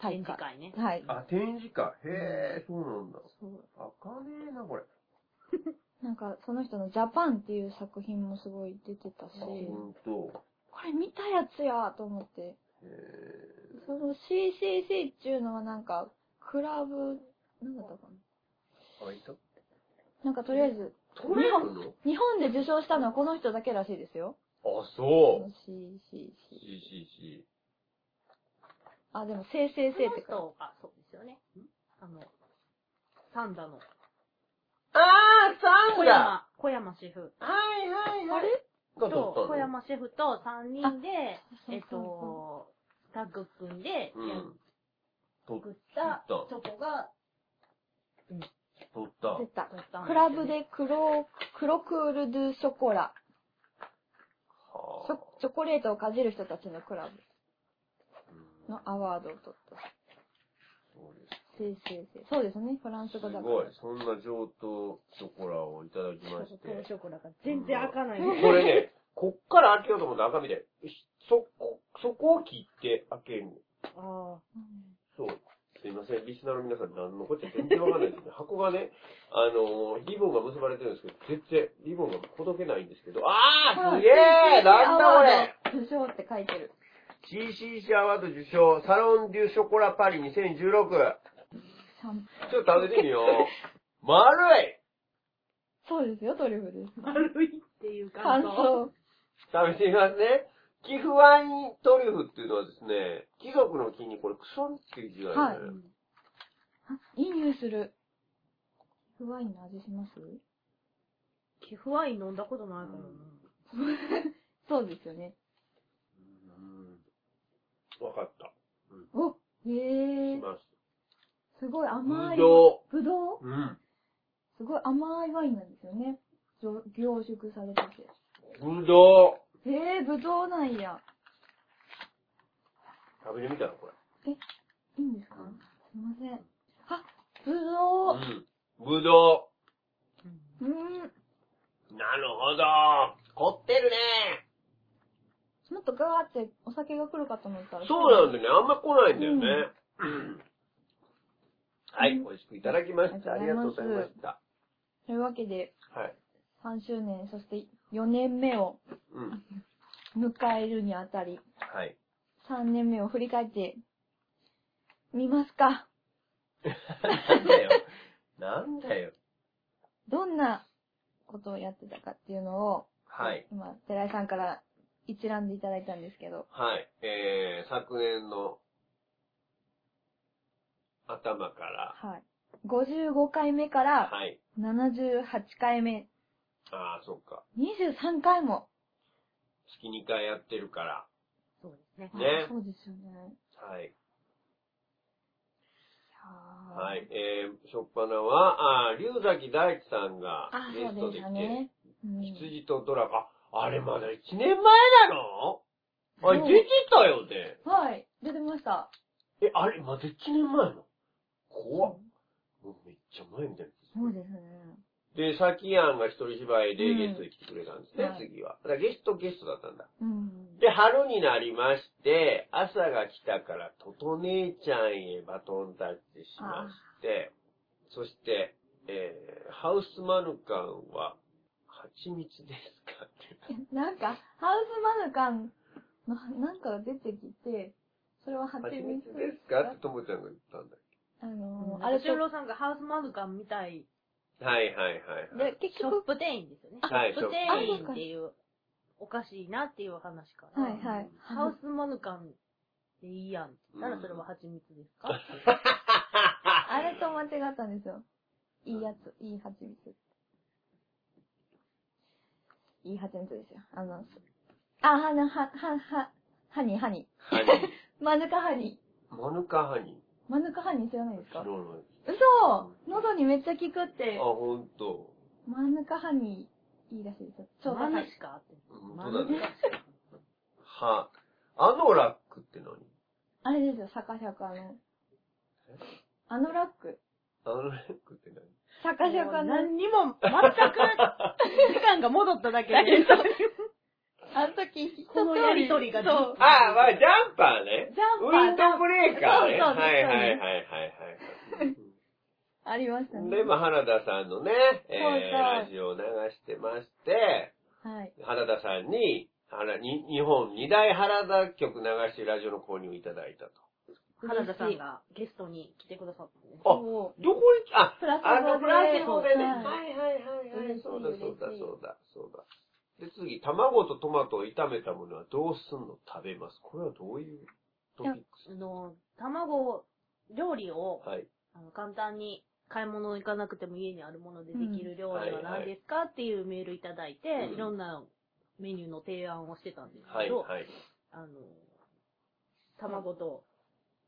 Speaker 1: 大
Speaker 3: 展示
Speaker 1: 会。
Speaker 3: 会ね。
Speaker 1: はい。
Speaker 2: あ、展示会。へえ、そうなんだ。
Speaker 1: そう
Speaker 2: あかねえな、これ。
Speaker 1: なんか、その人のジャパンっていう作品もすごい出てたし、
Speaker 2: ほ
Speaker 1: こ
Speaker 2: んと。
Speaker 1: れ見たやつやと思って。
Speaker 2: へえ。
Speaker 1: その CCC っていうのはなんか、クラブ、なんだったかな
Speaker 2: あ、いた
Speaker 1: なんかとりあえず、
Speaker 2: トリュフの
Speaker 1: 日本で受賞したのはこの人だけらしいですよ。
Speaker 2: あ、そう。
Speaker 1: CCC。
Speaker 2: CCC。
Speaker 1: あ、でも、生成
Speaker 3: こ
Speaker 1: 生っ
Speaker 3: の
Speaker 1: てか。
Speaker 3: 人あ、そうですよね。あの、サンダの、
Speaker 2: あー、だ
Speaker 3: 小山、小山シェフ
Speaker 2: はいはい
Speaker 1: あれ
Speaker 2: が撮
Speaker 3: と、
Speaker 2: っ
Speaker 3: 小
Speaker 2: たの
Speaker 3: 山シェフと3人で、
Speaker 1: あ
Speaker 3: えっと、タッグ組んで、や
Speaker 2: うん。撮っ
Speaker 3: 作ったチ
Speaker 2: 撮
Speaker 3: ョコが、
Speaker 2: 撮った
Speaker 1: 出。た
Speaker 3: 撮ったんですよね
Speaker 1: クラブで黒、黒クールドゥショコラ。チョ
Speaker 2: は
Speaker 1: チョコレートをかじる人たちのクラ
Speaker 2: あ。うん
Speaker 1: ブのアワードを取った。
Speaker 2: そうです
Speaker 1: 生成生。そうですね、フランス
Speaker 2: す
Speaker 1: 語だか
Speaker 2: ごい
Speaker 1: ら。。
Speaker 2: そんな上等ショコラをいただきまし
Speaker 3: トロ
Speaker 2: て。
Speaker 3: ショコラが全然開かない。
Speaker 2: これね、こっから開けようと思ったら赤みたい。そこ、そこを切って開けるの。
Speaker 3: あ
Speaker 1: うん
Speaker 2: そう。すいません。リスナーの皆さん、何のこっちゃ全然わかんないですね。 箱がね、あのーリボンが結ばれてるんですけど、全然、リボンがほどけないんですけど、あーすげえなんだこれ
Speaker 1: 受賞って書いてる。
Speaker 2: !CCC アワード受賞、サロンデュショコラパリ2016。
Speaker 1: シャン
Speaker 2: ちょっと食べてみよ う。丸い
Speaker 1: そうですよ、トリュフです。
Speaker 3: あ。悪いっていう
Speaker 1: 感
Speaker 3: 感想。
Speaker 1: 想。
Speaker 2: 食べてみますね。寄付ワイントリュフっていうのはですね、貴族の木にこれクソンっていう字がある
Speaker 1: は
Speaker 2: ね。
Speaker 1: あいい匂いする。フワインの味します
Speaker 3: 寄付ワイン飲んだことないからな。
Speaker 1: そうですよね。
Speaker 2: うん。わかった。
Speaker 1: おへ
Speaker 2: し
Speaker 1: えー。
Speaker 2: ます。
Speaker 1: すごい甘い。
Speaker 2: ぶど
Speaker 1: ぶどう
Speaker 2: う。うん。
Speaker 1: すごい甘いワインなんですよね。凝凝縮されてて。
Speaker 2: ぶどう。
Speaker 1: えー、ぶどうなんや。
Speaker 2: 食べてみたらこれ。
Speaker 1: いいんですかすいません。あ、ぶ
Speaker 2: う
Speaker 1: ど
Speaker 2: ん。ぶど
Speaker 1: う。う
Speaker 2: う。なるほど。凝ってるね。
Speaker 1: ーん。もっとガーってお酒が来るかと思ったら。
Speaker 2: そうなんだよね。あんま来ないんだよね。うんはい。美味しくいただきました。あ
Speaker 1: あ
Speaker 2: り
Speaker 1: り
Speaker 2: が
Speaker 1: が
Speaker 2: と
Speaker 1: と
Speaker 2: う
Speaker 1: うござ
Speaker 2: ござい
Speaker 1: い
Speaker 2: ま
Speaker 1: ます
Speaker 2: した。
Speaker 1: というわけで、
Speaker 2: はい。
Speaker 1: 3周年、そして4年目を
Speaker 2: うん。
Speaker 1: 迎えるにあたり、
Speaker 2: はい。
Speaker 1: 3年目を振り返ってみますか。
Speaker 2: なんだよ。なんだよ。
Speaker 1: どんなことをやってたかっていうのを、
Speaker 2: はい。
Speaker 1: 今、寺井さんから一覧でいただいたんですけど。
Speaker 2: はい。えー、昨年の頭から。
Speaker 1: はい。55回目から
Speaker 2: はい。
Speaker 1: 78回目、
Speaker 2: ああ、そっか。
Speaker 1: 23回も。
Speaker 2: 月2回やってるから。
Speaker 3: そうですね。
Speaker 2: ね
Speaker 1: そうですよね。
Speaker 2: はい。
Speaker 1: は
Speaker 2: は。い。えー、しょっぱなは、あー龍崎大地さんが
Speaker 1: あ、
Speaker 2: ゲ
Speaker 1: そ
Speaker 2: ス
Speaker 1: う
Speaker 2: ト
Speaker 1: でし
Speaker 2: で来
Speaker 1: た
Speaker 2: て、
Speaker 1: ね。うん
Speaker 2: 羊とドラゴンあ、あれまだ1年前なのあれ
Speaker 1: そう
Speaker 2: 出てたよね。
Speaker 1: はい。出てました。
Speaker 2: え、あれまだ1年前なの怖っ。もうめっちゃ前みたいな。
Speaker 1: そうですね。
Speaker 2: で、さきやんが一人芝居でゲストで来てくれたんですね、
Speaker 1: はい
Speaker 2: 次は。だからゲストゲストだったんだ。
Speaker 1: うん。
Speaker 2: で、春になりまして、朝が来たから、とと姉ちゃんへバトンタッチしまして、そして、えー、ハウスマヌカンは、蜂蜜ですかって。
Speaker 1: なんか、ハウスマヌカンの、なんかが出てきて、それは蜂
Speaker 2: 蜂
Speaker 1: 蜜
Speaker 2: 蜜ですかってともちゃんが言ったんだ
Speaker 1: あのー、あ
Speaker 3: あれ、
Speaker 1: れ
Speaker 3: 俊
Speaker 1: と、
Speaker 3: 郎さんがハウスマヌカンみたい、
Speaker 2: けど。はいはいはい、は
Speaker 1: で、
Speaker 2: い。
Speaker 1: 結
Speaker 3: ショッ
Speaker 1: 局、
Speaker 3: プ店員ですよね。
Speaker 2: はい
Speaker 3: ショップ
Speaker 2: ショッ
Speaker 3: 店
Speaker 1: プ
Speaker 3: 員っていう、おかしいなっていう話から、
Speaker 1: はいはい。
Speaker 3: ハウスマヌカンでいいやんって言った
Speaker 2: う
Speaker 3: ら、
Speaker 2: ん
Speaker 3: それは蜂蜜ですか、
Speaker 1: あれと間違ったんですよ。いいやつ、いい蜂蜜。いい蜂蜜ですよ。あの、あ、はな、は、は、は、ハニー、ハニ
Speaker 2: ハニ
Speaker 1: ー。マヌカハニ
Speaker 2: ー。マヌカハニ
Speaker 1: ー。マヌカハニー知らないで
Speaker 2: ー。
Speaker 1: す
Speaker 2: 知ら
Speaker 1: か
Speaker 2: な
Speaker 1: 嘘喉にめっちゃ効くって
Speaker 2: い。あ、。ほんと。
Speaker 1: マヌカハニー、いいらしいですよ。超高
Speaker 3: マヌ
Speaker 1: い。
Speaker 3: シカって。
Speaker 2: 本当だね。は、アノラックって何
Speaker 1: あれですよ、シャカシャカの。あのラック。
Speaker 2: アノラックって何
Speaker 1: シャカシャカ
Speaker 3: もう
Speaker 1: の。
Speaker 3: 何にも、全く、 時間が戻っただけで。
Speaker 1: あの時、一
Speaker 3: このやりとりがずっと
Speaker 1: そう。
Speaker 2: あ、まあ、ジャンパーね。
Speaker 1: ジャンパー
Speaker 2: ウィンドブレーカーね。
Speaker 1: そうそう
Speaker 2: はいはいはいはい
Speaker 1: ありました
Speaker 2: はい
Speaker 1: ね。
Speaker 2: はい。で、まあ、原田さんのね、えー
Speaker 1: そうそう
Speaker 2: ラジオを流してまして、
Speaker 1: はい。
Speaker 2: 原田さんに、原に日本二大原田曲流してるラジオの購入いただいたと。
Speaker 3: 原田さんがゲストに来てくださってね。
Speaker 2: あ
Speaker 1: そ
Speaker 2: どこに、あ、
Speaker 1: プラスボで
Speaker 2: あのフランス語でね。
Speaker 1: は
Speaker 2: はいいはいはいは
Speaker 1: 嬉し
Speaker 2: い。
Speaker 1: い
Speaker 2: そうだそうだ
Speaker 1: 嬉しい
Speaker 2: そうだそうだ。で、次、卵とトマトを炒めたものはどうすんの食べます。これはどういうトピック
Speaker 3: あの、卵を、料理を、
Speaker 2: スはい。
Speaker 3: あの簡単に買い物行かなくても家にあるものでできる料
Speaker 2: うんは
Speaker 3: 理は
Speaker 2: いはい
Speaker 3: 何ですかっていうメールいただいて、
Speaker 2: うん
Speaker 3: いろんなメニューの提案をしてたんです
Speaker 2: は
Speaker 3: け
Speaker 2: い
Speaker 3: ど、
Speaker 2: はい。
Speaker 3: あの、卵と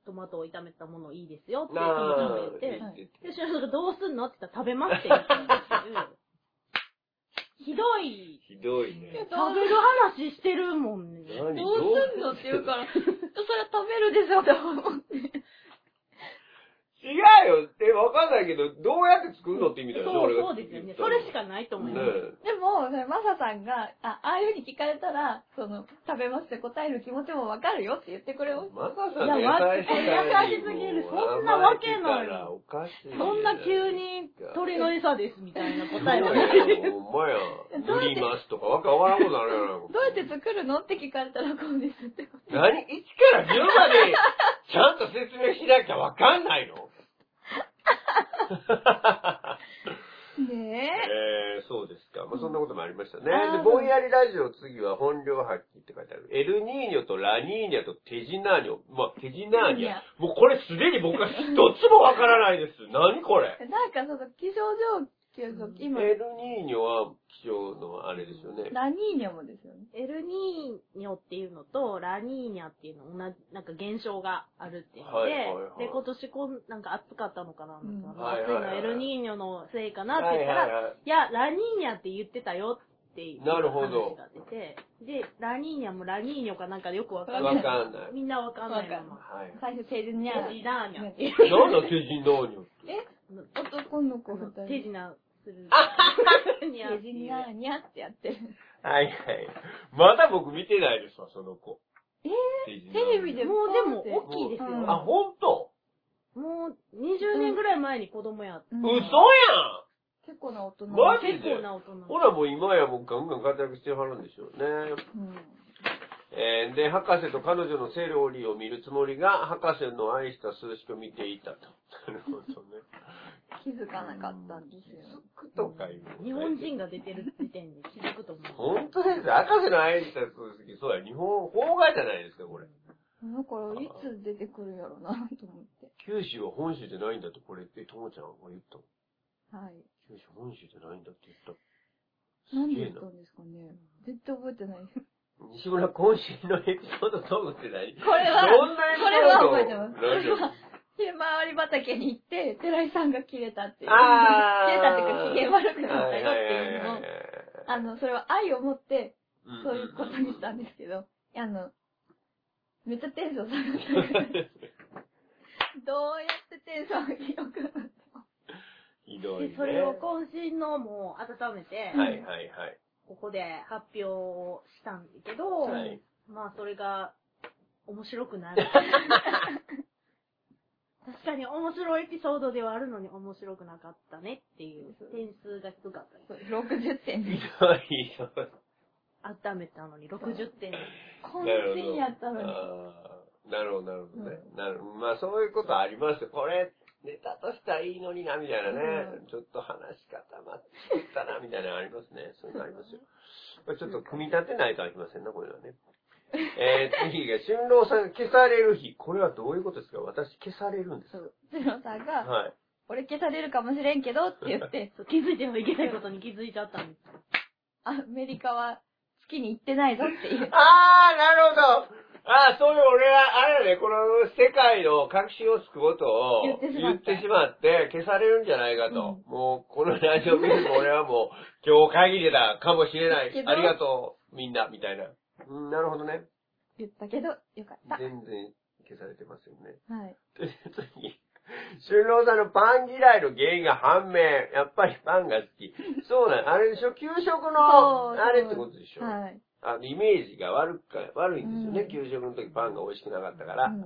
Speaker 3: トマトを炒めたものいいですよって
Speaker 2: なあ
Speaker 3: 言って、で、
Speaker 1: はい
Speaker 3: シロさんがどうすんのって言ったら食べますって言ったんですけど、ひどい、
Speaker 2: ひどいね。
Speaker 3: 食べる話してるもんね。
Speaker 2: 何
Speaker 1: どうすんのって言うから、 それ食べるでしょって思って。
Speaker 2: 違うよえ、わかんないけど、どうやって作るのって意味だよね、
Speaker 3: そう
Speaker 2: 俺が
Speaker 3: そうですよね。それしかないと思います。
Speaker 2: ね
Speaker 1: でも、それマサさんが、あ、ああいう風に聞かれたら、その、食べますって答える気持ちもわかるよって言ってくれまし
Speaker 2: マサさんの優しさに
Speaker 3: いやわ優しすぎるそんなわけない
Speaker 2: もう甘えてたらおかしいね。
Speaker 3: そんな急に鳥の餌ですみたいな
Speaker 2: すごい
Speaker 3: 答えがない。
Speaker 2: よ。ほんまや。塗りますとかわかわからんことあるやろ
Speaker 1: た。。どうやって作るのって聞かれたらこうですって。
Speaker 2: 何 ?1 から10まで、ちゃんと説明しなきゃわかんないの
Speaker 1: ね
Speaker 2: えー、そうですか。まあ、そんなこともありましたね。
Speaker 1: あー
Speaker 2: で、ぼんやりラジオ、次は本領発揮って書いてある。エルニーニョとラニーニャとテジナーニョ。まあ、テジナーニ
Speaker 1: い
Speaker 2: ャ
Speaker 1: や。
Speaker 2: もうこれすでに僕は一つもわからない です。何これ
Speaker 1: え。なんかその、気象状況が
Speaker 2: エ
Speaker 1: 今、
Speaker 2: ルニーニョは気象のあれですよね。
Speaker 1: ラニーニャもですよね。
Speaker 3: エルニーニョっていうのとラニーニャっていうの同じ、なんか現象があるっていうので、
Speaker 2: はいはいはい
Speaker 3: で、今年こん、なんか暑かったのかな、
Speaker 1: ん
Speaker 3: なんか
Speaker 2: はい
Speaker 3: 暑い
Speaker 2: はいは
Speaker 3: の
Speaker 2: い
Speaker 3: エルニーニョのせいかな
Speaker 2: は
Speaker 3: って言っ
Speaker 2: い
Speaker 3: たら、
Speaker 2: はい
Speaker 3: い
Speaker 2: はい。
Speaker 3: や、ラニーニャって言ってたよっていう
Speaker 2: な
Speaker 3: 話
Speaker 2: るほど
Speaker 3: が出て、で、ラニーニャもラニーニョかなんかでよくわかん
Speaker 2: わ
Speaker 3: ない。
Speaker 2: かんない。
Speaker 3: みんなわかんないまま。
Speaker 2: はい。
Speaker 1: 最初、テジニャ
Speaker 3: テジナーニャっていう。
Speaker 2: なんだ、テジナーニョって。
Speaker 1: 男の
Speaker 3: あ
Speaker 1: 子二
Speaker 3: の
Speaker 1: 人。
Speaker 3: 手品す る。ニャ
Speaker 1: テ
Speaker 3: って
Speaker 1: ジ
Speaker 3: いう
Speaker 1: ニャーニャってやってる。
Speaker 2: はいはい。まだ僕見てないですわ、その子。
Speaker 1: え
Speaker 2: テジナー
Speaker 1: テレビ
Speaker 2: ニ
Speaker 1: で
Speaker 3: もうで
Speaker 1: ポン
Speaker 3: も
Speaker 1: って
Speaker 3: 大きいですよ。
Speaker 1: うん
Speaker 2: ョあ、ほんと
Speaker 3: もう20年ぐらい前に子供やって。
Speaker 1: うん
Speaker 2: 嘘やん
Speaker 1: 結構な大人。
Speaker 2: マジで
Speaker 3: 結構な大人。
Speaker 2: ほらもう今やもうガンガン活躍してはるんでしょうね。
Speaker 1: うん
Speaker 2: えーで、博士と彼女のセロリを見るつもりが、博士の愛した数式を見ていたと。なるほどね。
Speaker 1: 気づかなかったんですよ。
Speaker 2: 気づくとかいうのね
Speaker 3: 日本人が出てる時点で気づくと思う。
Speaker 2: 本当ですよ。博士の愛した数式、そうや、日本、法外じゃないですか、これ。
Speaker 1: だから、いつ出てくるやろな、と思って。
Speaker 2: 九州は本州じゃないんだと、これって、ともちゃんが言ったの。
Speaker 1: はい。
Speaker 2: 九州本州じゃないんだって言った。
Speaker 1: なんで言ったんですかね絶対覚えて ないです。
Speaker 2: 西村、今週のエピソードトークって 何
Speaker 1: これは
Speaker 2: どんなエピソード
Speaker 1: これは覚えてます
Speaker 2: ラジオ
Speaker 1: ひまわり畑に行って、寺井さんが切れたっていう。
Speaker 2: あ
Speaker 1: 切れたっ
Speaker 2: ー
Speaker 1: ていうか、機嫌悪くなったよっていうのを
Speaker 2: ははは、は
Speaker 1: あの、それは愛を持って、
Speaker 2: うん
Speaker 1: そういうことにしたんですけど、あの、めっちゃテン ション下がったから、どうやってテンション上げようかなって。
Speaker 2: ひどいね。
Speaker 3: それを今週のも温めて、
Speaker 2: はいはいはい。
Speaker 3: ここで発表をしたんだけど、
Speaker 2: はい
Speaker 3: まあそれが面白 くない。 確かに面白いエピソードではあるのに面白くなかったねっていう点数が低かったです。
Speaker 1: 60点です
Speaker 2: ひ。どいひどい。
Speaker 3: 温めたのに60点。
Speaker 1: こん
Speaker 2: なるほど
Speaker 1: やったのに。
Speaker 2: あーなるほど、なるほどね。なるまあ、そういうことありますよ。これ、ネタとしてはいいのにな、みたいなね。ちょっと話し方間違ったな、みたいなのありま すね。そういうのありますよ。これちょっと組み立てないとあきませんな、これはね。えー、次が、春郎さんが消される日。これはどういうことですか私消されるんです
Speaker 1: そう。ゼロさん
Speaker 2: か
Speaker 1: が、
Speaker 2: はい。
Speaker 1: 俺消されるかもしれんけどって言 って、
Speaker 3: そう気づいてはいけないことに気づいちゃったんです。
Speaker 1: アメリカは月に行ってないぞっていう。
Speaker 2: あー、なるほど。あー、そういう俺は、あれだね、この世界の確信をつくこと
Speaker 1: 言
Speaker 2: を
Speaker 1: ってしま
Speaker 2: 言
Speaker 1: っ
Speaker 2: ったてしまって、消されるんじゃないかと。もう、このラジオ見るも俺はもう、今日限りだかもしれない
Speaker 1: け。ど
Speaker 2: ありがとう、みんな、みたいな。うん、なるほどね。
Speaker 1: 言ったけど、よかった。
Speaker 2: 全然消されてますよね。
Speaker 1: はい。
Speaker 2: ということに、春郎さんのパン嫌いの原因が判明。やっぱりパンが好き。そうなん、あれでしょ給食
Speaker 1: そう
Speaker 2: の、あれってことでしょ
Speaker 1: はい。
Speaker 2: あの、イメージが悪くか、悪いんですよね。
Speaker 1: うん
Speaker 2: 給食の時パンが美味しくなかったか
Speaker 1: う
Speaker 2: ら、
Speaker 1: ん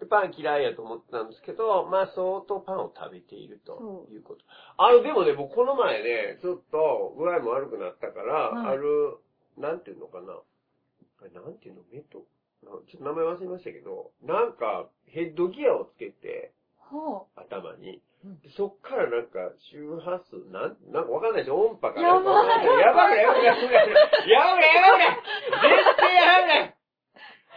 Speaker 2: でパン嫌いやと思ってたんですけど、まあ相当パンを食べていると
Speaker 1: そう
Speaker 2: いうこと。あの、でもね、僕この前ね、ちょっと具合も悪くなったから、
Speaker 1: はい
Speaker 2: ある、なんていうのかな。あれなんていうのメトなちょっと名前忘れましたけど、なんかヘッドギアをつけて、
Speaker 1: ほ
Speaker 2: 頭に
Speaker 3: うん。
Speaker 2: でそっからなんか周波数、なん、なんかわかんないでしょ音波か
Speaker 1: や
Speaker 2: な
Speaker 1: ば
Speaker 2: ん
Speaker 1: い
Speaker 2: かわかんないやばくないやばくないやばくないやばくないやばくない絶対やばくない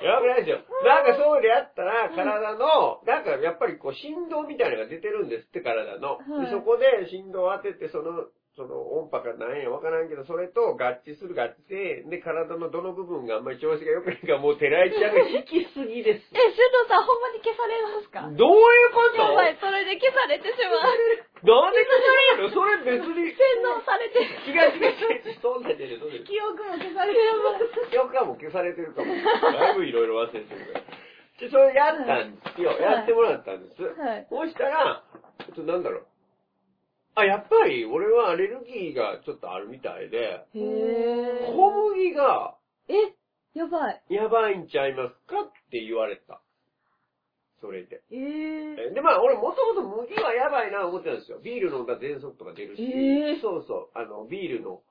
Speaker 2: やばくないですよ。なんかそうでやったら、体の、なんかやっぱりこう振動みたいなのが出てるんですって、体の。
Speaker 1: はい
Speaker 2: でそこで振動を当てて、その、その音波か何やわからんけど、それと合致する合致性で、体のどの部分があんまり調子が良くないから、もう寺井ちゃんが引きすぎです
Speaker 1: う。。え、シュドさんほんまに消されますか
Speaker 2: どういうこと
Speaker 1: やばい、それで消されてしまう。
Speaker 2: なんで消されるのそれ別に。
Speaker 1: 洗脳されてる。
Speaker 2: 違う違う違う。そんなんじゃねえそんなんじゃね
Speaker 3: 記憶も消されて
Speaker 2: え記憶がもう消されてるかも。だいぶいろいろ忘れてるから。で、それやったんですよ。
Speaker 1: はい
Speaker 2: やってもらったんです。
Speaker 1: はい
Speaker 2: そうしたら、えっと、なんだろう。あ、やっぱり俺はアレルギーがちょっとあるみたいで、
Speaker 1: へえ
Speaker 2: 小麦が
Speaker 1: え、やばい。
Speaker 2: やばいんちゃいますかって言われた。それで。
Speaker 3: えー、
Speaker 2: えで、まあ、俺もともと麦はやばいな思ってたんですよ。ビール飲んだら喘息とか出るし、
Speaker 1: えー
Speaker 2: そうそう、あの、ビールの、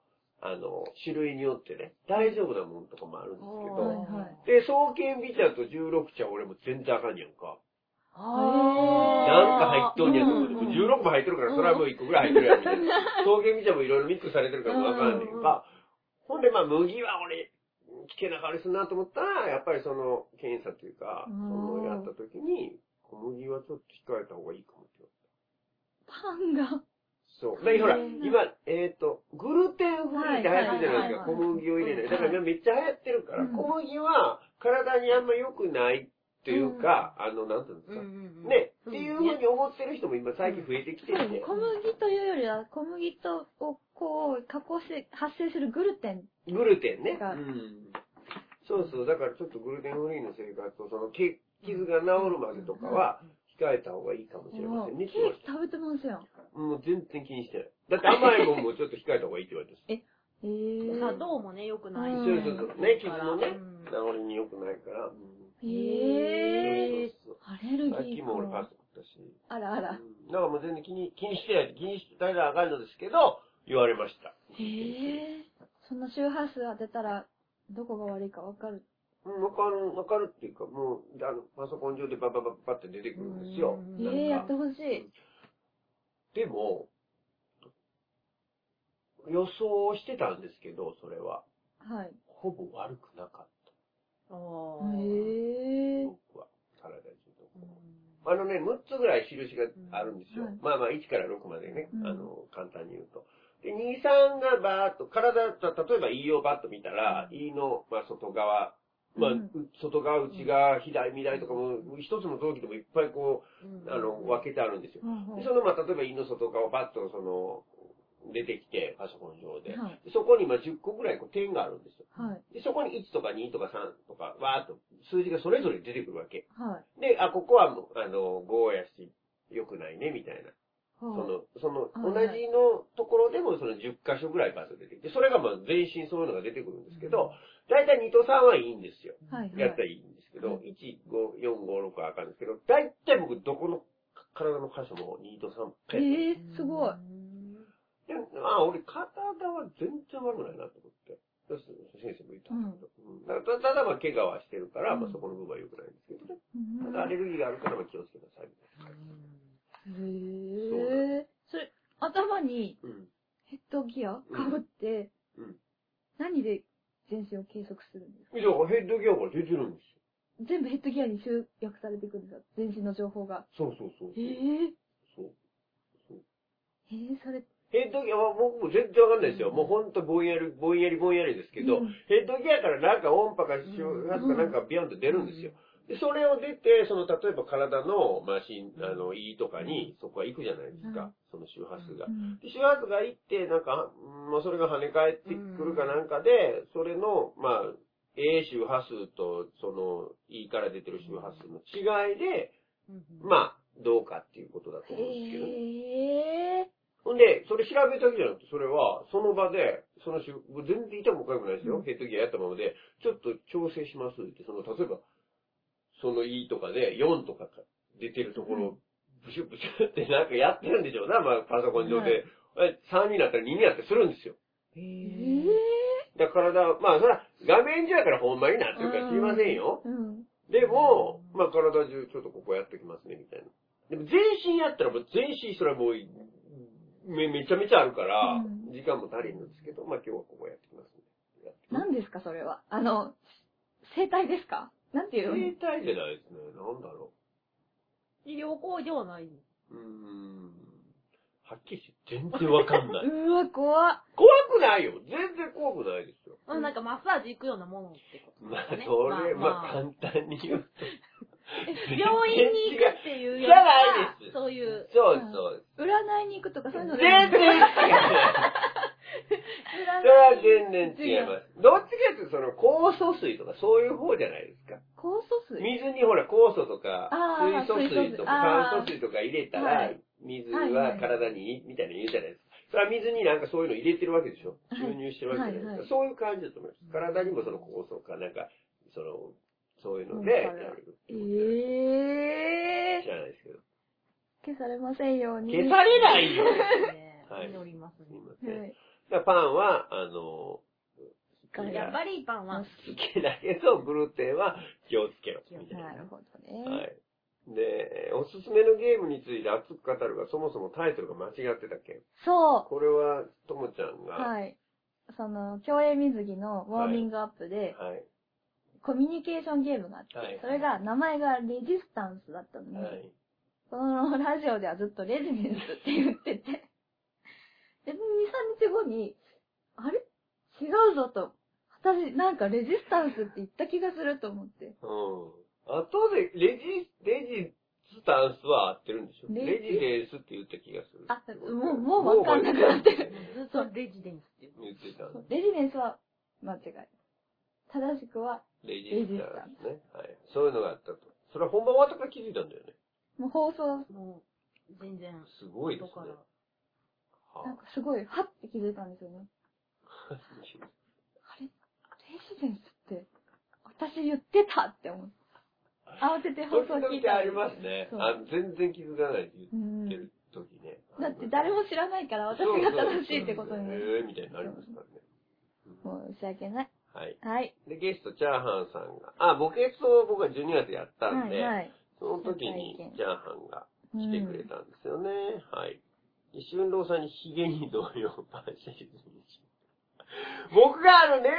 Speaker 2: あの、種類によってね、大丈夫なものとかもあるんですけ
Speaker 1: はい
Speaker 2: ど、
Speaker 1: はい。
Speaker 2: で、創建美茶と16茶俺も全然あかんやんか。
Speaker 1: あー
Speaker 2: なんか入っとんやんと思って、
Speaker 3: う
Speaker 2: も
Speaker 3: ん
Speaker 2: う16も入っとるから、それはもう1個ぐらい入っとるやんみたいな。創建美茶もいろいろミックスされてるからもうあかんねんか。ほんで、まあ、麦は俺、危険な香りするなと思ったら、やっぱりその、検査というか、そ
Speaker 1: うん
Speaker 2: の、やった時に、小麦はちょっと控えた方がいいかもって。
Speaker 1: パンが。
Speaker 2: そう。で、ほら、
Speaker 3: う
Speaker 2: 今
Speaker 3: ん、
Speaker 2: えっ、と、グルテンフリーって流行ってるじゃないですか、
Speaker 3: は
Speaker 2: 小
Speaker 3: いはいはいはい
Speaker 2: 麦を入れない。だから今めっちゃ流行ってるから、
Speaker 1: うん
Speaker 2: 小麦は体にあんま良くないというか、あの、なんていうんです
Speaker 3: うん
Speaker 2: か。
Speaker 3: うんうん、
Speaker 2: ね、
Speaker 3: う
Speaker 2: っ
Speaker 3: ん
Speaker 2: ていうふうに思ってる人も今最近増えてきてるんで。
Speaker 1: 小麦というよりは、小麦と、をこう、加工して、発生するグルテン。
Speaker 2: グルテンね。う
Speaker 1: が
Speaker 2: ん。そうそう、だからちょっとグルテンフリーの生活と、そのけ傷が治るまでとかは、控えた方がいいかもしれません
Speaker 1: ケ
Speaker 2: ね。
Speaker 1: ーキ食べてますよ。
Speaker 2: もう全然気にしてない。だって甘いもんもちょっと控えた方がいいって言われてる。
Speaker 1: え
Speaker 2: うん
Speaker 3: 砂
Speaker 1: ー。
Speaker 3: 糖もね、良くない。
Speaker 1: うん
Speaker 2: そうそうそう。ね、傷のね
Speaker 3: う、ん
Speaker 2: 治りに良くないから。うん
Speaker 1: えー。
Speaker 2: そう
Speaker 1: アレル
Speaker 2: そうそうさっ
Speaker 1: ギ
Speaker 2: き
Speaker 1: ー
Speaker 2: も俺パ
Speaker 1: か
Speaker 2: ス。食ったし。
Speaker 1: あらあら。
Speaker 2: うんだからもう全然気に気にしてない、気にしてたらあかんのですけど、言われました。
Speaker 1: へえ。そんな周波数当てたら、どこが悪いかわかる。
Speaker 2: うん、わかる、わかるっていうか、もう、あの、パソコン上でバババババって出てくるんですよ。
Speaker 1: え
Speaker 3: うん
Speaker 1: え、や
Speaker 2: なん
Speaker 1: って
Speaker 2: か
Speaker 1: ほしい。
Speaker 2: でも、予想してたんですけど、それは。
Speaker 1: はい。
Speaker 2: ほぼ悪くなかっ
Speaker 3: おー
Speaker 2: た。
Speaker 1: へえ。
Speaker 2: 僕は、体中の。あのね、6つぐらい印があるんですよ。
Speaker 1: うん
Speaker 2: まあまあ、1から6までね、
Speaker 1: うん
Speaker 2: あの、簡単に言うと。で、2、3がバーっと、体だったら、例えば E をバーっと見たら、E の、まあ、外側、まあ、
Speaker 1: うん
Speaker 2: う外側、内側、左、未来とかも、一つの臓器でもいっぱいこう、あの、分けてあるんですよ。
Speaker 1: うんうん
Speaker 2: で、その、まあ、例えば E の外側をバッと、その、出てきて、パソコン上で。
Speaker 1: はい。
Speaker 2: でそこに、まあ、10個ぐらいこう点があるんですよ。
Speaker 1: はい。
Speaker 2: で、そこに1とか2とか3とか、わーっと数字がそれぞれ出てくるわけ。
Speaker 1: はい。
Speaker 2: で、あ、ここはもう、あの、5やし、良くないね、みたいな。そ
Speaker 1: ほう
Speaker 2: の、その、
Speaker 1: う
Speaker 2: 同
Speaker 1: ん
Speaker 2: じのところでもその10箇所ぐらいバス出てきて、それがまあ全身そういうのが出てくるんですけど、だいたい2と3はいいんですよ。
Speaker 1: はいは
Speaker 2: やった
Speaker 1: い。
Speaker 2: らいいんですけど、1、5、4、5、6はあかんですけど、だいたい僕どこの体の箇所も2と3ばっか
Speaker 1: え
Speaker 2: りやっ
Speaker 1: ー、すごい。
Speaker 2: てでまあ俺体は全然悪くないなと思って。そうそう先生も言ったんですけど。うんだからただまあ怪我はしてるから、まあそこの部分は良くないんですけどね。
Speaker 1: うん
Speaker 2: ただアレルギーがあるからまあ気をつけなさいみたいな感
Speaker 1: へえ。それ、頭に
Speaker 2: じ。うん。
Speaker 1: ヘッドギアかぶって
Speaker 2: うん、
Speaker 1: 何で全身を計測するんですか
Speaker 2: じゃあヘッドギアから出てるんですよ。
Speaker 1: 全部ヘッドギアに集約されていくんですか全身の情報が。
Speaker 2: そうそうそう。
Speaker 1: へえ。
Speaker 2: そう。そう
Speaker 1: へえ、それ。
Speaker 2: ヘッドギアは僕も全然わかんないですよ。もうほんとぼんやり、ぼんやりぼんやりですけど、
Speaker 1: うん
Speaker 2: ヘッドギアからなんか音波が周波数かなんかビヨンと出るんですよ。で、それを出て、その、例えば体の、まあ、しん、あの、胃とかに、そこは行くじゃないです
Speaker 1: うん
Speaker 2: か。その周波数が
Speaker 1: う。ん
Speaker 2: で、周波数が行って、なんか、うんまあ、それが跳ね返ってくるかなんかで、それの、まあ、A 周波数と、その、E から出てる周波数の違いで、まあ、どうかっていうことだと思うんですけどね。
Speaker 1: へえ。
Speaker 2: ほんで、それ調べたわけじゃなくて、それは、その場で、その瞬間全然痛くもかゆくないですよ。ヘッドギアやったままで、ちょっと調整しますって、その、例えば、その E とかで、4とか出てるところを、ブシュブシュってなんかやってるんでしょうな、まあ、パソコン上で。え3になったら2になってするんですよ。
Speaker 1: へ
Speaker 3: え
Speaker 1: え。
Speaker 2: だから体、まあ、それは画面上やからほんまになってるから知りませんよ。
Speaker 1: うん。
Speaker 2: でも、まあ、体中、ちょっとここやっときますね、みたいな。でも、全身やったら、もう全身、それはもう、め、めちゃめちゃあるか
Speaker 1: う
Speaker 2: ら、
Speaker 1: ん
Speaker 2: 時間も足りんのですけど、まあ、今日はここやってきますね。
Speaker 1: 何ですか、それは。あの、生体ですかなんていうの
Speaker 2: 生体じゃないですね。なんだろ
Speaker 3: 医療行為ではない。
Speaker 2: う。うーん。はっきりして、全然わかんない。
Speaker 1: うわ、怖っ。
Speaker 2: 怖くないよ。全然怖くないですよ。
Speaker 3: うん、なんかマッサージ行くようなものってこと
Speaker 2: ま
Speaker 3: で
Speaker 2: あ
Speaker 3: すか、ね。
Speaker 2: それ、
Speaker 3: まあ
Speaker 2: まあ、
Speaker 3: まあ
Speaker 2: 簡単に言うと。
Speaker 3: 病院に行くっていうよ
Speaker 2: 全
Speaker 3: り
Speaker 2: 然
Speaker 3: は
Speaker 2: 違う、
Speaker 3: そうい う、
Speaker 2: そうです、そうです。
Speaker 1: 占いに行くとかそういうの
Speaker 2: 全
Speaker 1: では
Speaker 2: 然違う。それは全然違います。どっちかというと、その、酵素水とかそういう方じゃないですか。
Speaker 1: 酵素水
Speaker 2: 水にほら、酵素とか
Speaker 1: あ、ー
Speaker 2: 水素水と
Speaker 1: あ
Speaker 2: か、
Speaker 1: ー
Speaker 2: 炭素水とか入れた
Speaker 1: は
Speaker 2: ら
Speaker 1: い、
Speaker 2: 水
Speaker 1: はいは
Speaker 2: はい体にいい、みたいなの言うじゃないですか。それは水になんかそういうの入れてるわけでしょ。
Speaker 1: はい
Speaker 2: 注入してるわけじゃない
Speaker 1: はいは
Speaker 2: で
Speaker 1: い
Speaker 2: すか。そういう感じだと思います。体にもその酵素か、なんか、その、そういうので、
Speaker 1: わか
Speaker 2: や
Speaker 1: る
Speaker 2: るってい
Speaker 1: え
Speaker 2: うことじゃないですけ
Speaker 1: ー、
Speaker 2: ど。
Speaker 1: 消されませんように。
Speaker 2: 消されないよ
Speaker 3: ね
Speaker 2: はい
Speaker 3: 祈ります
Speaker 2: すみ
Speaker 3: ね。
Speaker 2: ません。だ
Speaker 1: はい。
Speaker 2: からパンは、あの、
Speaker 1: はい
Speaker 3: やっぱりパンは好き。
Speaker 2: 好きだけど、グルテンは気をつけろ。みたいな
Speaker 1: なるほどね。
Speaker 2: はい。で、おすすめのゲームについて熱く語るが、そもそもタイトルが間違ってたけん。
Speaker 1: そ
Speaker 2: これは、ともちゃん
Speaker 1: う。
Speaker 2: が、い。
Speaker 1: はい。その、競泳水着のウォーミングアップで、
Speaker 2: はい。
Speaker 1: コミュニケーションゲームがあって、
Speaker 2: はい
Speaker 1: それが、名前がレジスタンスだったのに、
Speaker 2: はい。
Speaker 1: このラジオではずっとレジデンスって言ってて、で、2、3日後に、あれ違うぞと。私、なんかレジスタンスって言った気がすると思って。
Speaker 2: うん。あとで、レジ、レジスタンスは合ってるんでしょ
Speaker 1: レ
Speaker 2: レ
Speaker 1: ジ
Speaker 2: ジデンスって言った気がする。
Speaker 1: あもうもうわかんなくなってる
Speaker 3: ずっとレジデンスっていう。
Speaker 2: 言ってたん
Speaker 1: レジデンスは間違い。正しくは、
Speaker 2: レジスタンスね。はい。そういうのがあったと。それは本番終わったから気づいたんだよね。
Speaker 1: もう放送、
Speaker 3: もう、全然、
Speaker 2: すごいです
Speaker 3: だ
Speaker 2: ね。
Speaker 3: から、
Speaker 2: は
Speaker 1: なんかすごい、はって気づいたんですよね。あれレジデンスって、私言ってたって思って。慌てて放
Speaker 2: 時
Speaker 1: 送聞い
Speaker 2: 々
Speaker 1: た
Speaker 2: あ
Speaker 1: んで
Speaker 2: り
Speaker 1: すよ
Speaker 2: ますね。
Speaker 1: そう
Speaker 2: あの全然気づかないって
Speaker 1: う
Speaker 2: 言
Speaker 1: ん
Speaker 2: って。る時ね。
Speaker 1: だって誰も知らないから私が正しいってことにね
Speaker 2: ね。。えーみたいになりますからね。
Speaker 1: もう申し訳ない。
Speaker 2: はい。
Speaker 1: はい。
Speaker 2: で、ゲスト、チャーハンさんが、あ、ボケストを僕は12月やったん
Speaker 1: はい
Speaker 2: で、
Speaker 1: はい。
Speaker 2: その時に
Speaker 1: 初体験
Speaker 2: チャーハンが来てくれたんですよね。はい。石運動さんにヒゲに同様パンシリーズにし僕があの年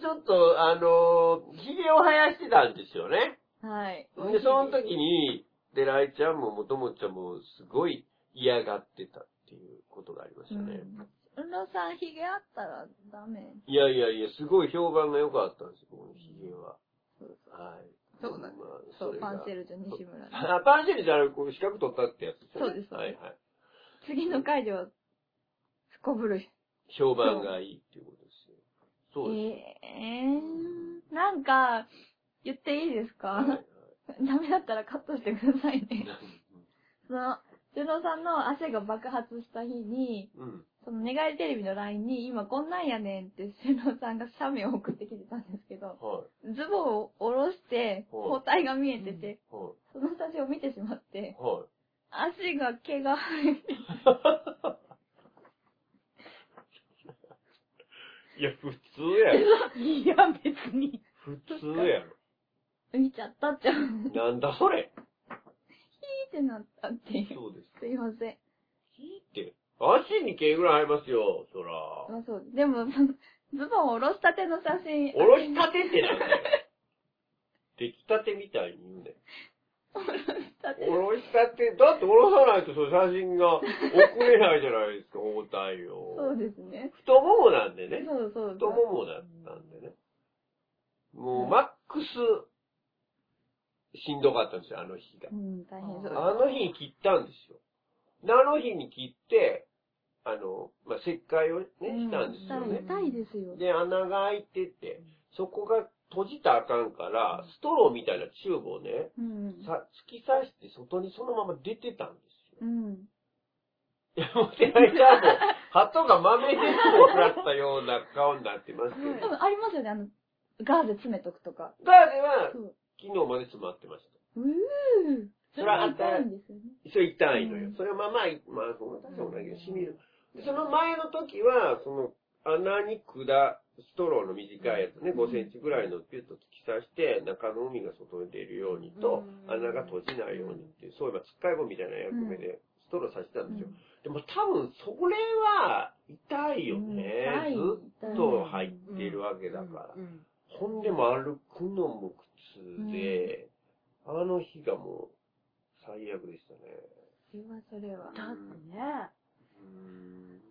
Speaker 2: 末ちょっとあの、ヒゲを生やしてたんですよね。
Speaker 1: はい。
Speaker 2: で、その時に、デライちゃんももともちゃんもすごい嫌がってたっていうことがありまし
Speaker 1: う
Speaker 2: た
Speaker 1: ん
Speaker 2: ね。。
Speaker 1: うんろさん、ひげあったらダメ。
Speaker 2: いやいやいや、すごい評判が良かったんですよ、このヒゲは。はい。
Speaker 1: そうなん
Speaker 2: まあ
Speaker 1: そ、
Speaker 2: そうれ
Speaker 1: パ
Speaker 2: が
Speaker 1: ンシェルジュ西村の。
Speaker 2: あ、パンシェルじゃなく、こう資格取ったってやつですよ
Speaker 1: そう
Speaker 2: ね。
Speaker 1: です
Speaker 2: はいはい。
Speaker 1: 次の回では、すこぶる。
Speaker 2: 評判がいいっていうことですよ。そうです。
Speaker 1: えー、なんか、言っていいですか、
Speaker 2: はいはい
Speaker 1: ダメだったらカットしてくださいね。
Speaker 2: なん
Speaker 1: その、ジュノさんの汗が爆発した日に、
Speaker 2: うん。
Speaker 1: その寝返りテレビの LINE に、今こんなんやねんってジュノさんが写メを送ってきてたんですけど、
Speaker 2: は
Speaker 1: ズボンを下ろして、
Speaker 2: はい
Speaker 1: 包帯が見えてて、
Speaker 2: い。は
Speaker 1: その写真を見てしまって、
Speaker 2: い。はい。
Speaker 1: 足が毛が生えて、
Speaker 2: いや、普通やろ。
Speaker 3: いや、別に。
Speaker 2: 普通や
Speaker 1: 見ちゃったって思う。
Speaker 2: ろ。なんだ それ。
Speaker 1: ピーってなったっていう。
Speaker 2: そうです。
Speaker 1: すいません。
Speaker 2: 聞いて。足に毛ぐらい生えますよ、そら。
Speaker 1: まあそう。でも、そのズボンを下ろしたての写真。
Speaker 2: おろしたてってなんだよ。出来たてみたいに言うね。
Speaker 1: 下ろしたて
Speaker 2: おろしたて、だっておろさないとその写真が送れないじゃないですか、包帯
Speaker 1: そう
Speaker 2: を。
Speaker 1: ですね。
Speaker 2: 太ももなんでね。
Speaker 1: そうそう
Speaker 2: 太
Speaker 1: そう。
Speaker 2: ももだったんでね。もう、マックス、しんどかったんですよ、あの日が
Speaker 1: う。ん、大変そう。
Speaker 2: あの日に切ったんですよ。であの日に切って、あの、まあ、切開をね、
Speaker 3: うん
Speaker 2: したんです
Speaker 1: 痛
Speaker 2: よ
Speaker 1: い、
Speaker 2: ね。
Speaker 1: 痛いですよ。
Speaker 2: で、穴が開いてて、そこが閉じたらあかんから、ストローみたいなチューブをね、
Speaker 1: うん。
Speaker 2: さ突き刺して外にそのまま出てたんですよ。
Speaker 1: うん。
Speaker 2: いや、もう、てないちゃんも、鳩が豆鉄砲食らったような顔になってます
Speaker 1: 多
Speaker 2: けど。
Speaker 1: 分ありますよね、あの、ガーゼ詰めとくとか。
Speaker 2: ガーデンは
Speaker 1: そう。
Speaker 2: 昨日まで詰まってました。
Speaker 1: うー。
Speaker 2: それはあんた
Speaker 1: 痛いんですよね。
Speaker 2: それ痛いのよ
Speaker 1: うん。
Speaker 2: それはまあまあ、まあ、そんな大したことないけど、しみる。でその前の時は、その、穴に管、ストローの短いやつね、5センチぐらいのピュッと突き刺して、中の海が外に出るようにと、
Speaker 3: うん
Speaker 2: 穴が閉じないようにっていう、そういえば、つっかい棒みたいな役目で、ストロー刺してたんですよ。でも多分、それは、痛いよね。
Speaker 1: うん
Speaker 2: ずっと入ってるわけだから。
Speaker 3: うん
Speaker 2: ほんでも歩くのも苦痛で、あの日がもう、最悪でしたね。
Speaker 1: それはそれは。
Speaker 3: だってね、
Speaker 2: うーん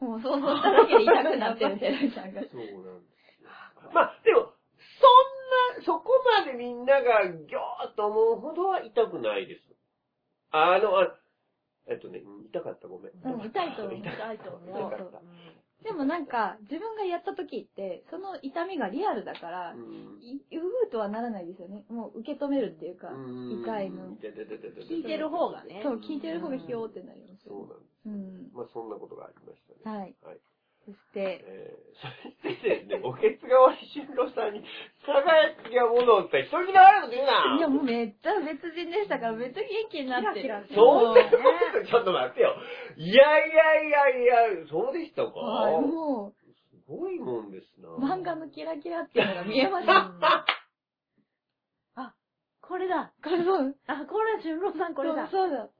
Speaker 1: もう想像しただけで痛くなってる、てるちゃんが。
Speaker 2: そうなんです。まあ、でも、そんな、そこまでみんながギョーッと思うほどは痛くないです。あの、あえっとね、うん痛かった、ごめん。
Speaker 1: うん痛いと思う
Speaker 2: 痛か
Speaker 3: 痛い
Speaker 2: った
Speaker 3: と思う。
Speaker 2: 痛かった。
Speaker 1: でもなんか、自分がやった時って、その痛みがリアルだから
Speaker 2: う、ん
Speaker 1: いいうーとはならないですよね。もう受け止めるっていうか、
Speaker 2: うん
Speaker 1: 痛いの。
Speaker 2: 痛い痛い痛い痛い
Speaker 3: 聞いてる方がね。
Speaker 1: そう、聞いてる方がひよーってなります
Speaker 2: そう
Speaker 1: よ。
Speaker 2: なんです。
Speaker 1: うん。
Speaker 2: まあ、そんなことがありましたね。
Speaker 1: はい。
Speaker 2: はい。
Speaker 1: そして、
Speaker 2: えー、そしてですね、おけつがわりしんろさんに、輝きがものをって、一人で悪いこと言うない
Speaker 1: や、もうめっちゃ別人でしたから、めっちゃ元気になってる。
Speaker 3: キラキラしてる
Speaker 2: そんな
Speaker 1: う
Speaker 2: こと、 ちょっと待ってよ。いやいやいやいや、そうでしたか
Speaker 1: はい、も
Speaker 2: すごいもんですな。
Speaker 1: う、漫画のキラキラっていうのが見えました。
Speaker 3: あ、これだ。
Speaker 1: これそう、
Speaker 3: あ、これだ、俊郎さん、これだ。
Speaker 1: そうそうだ。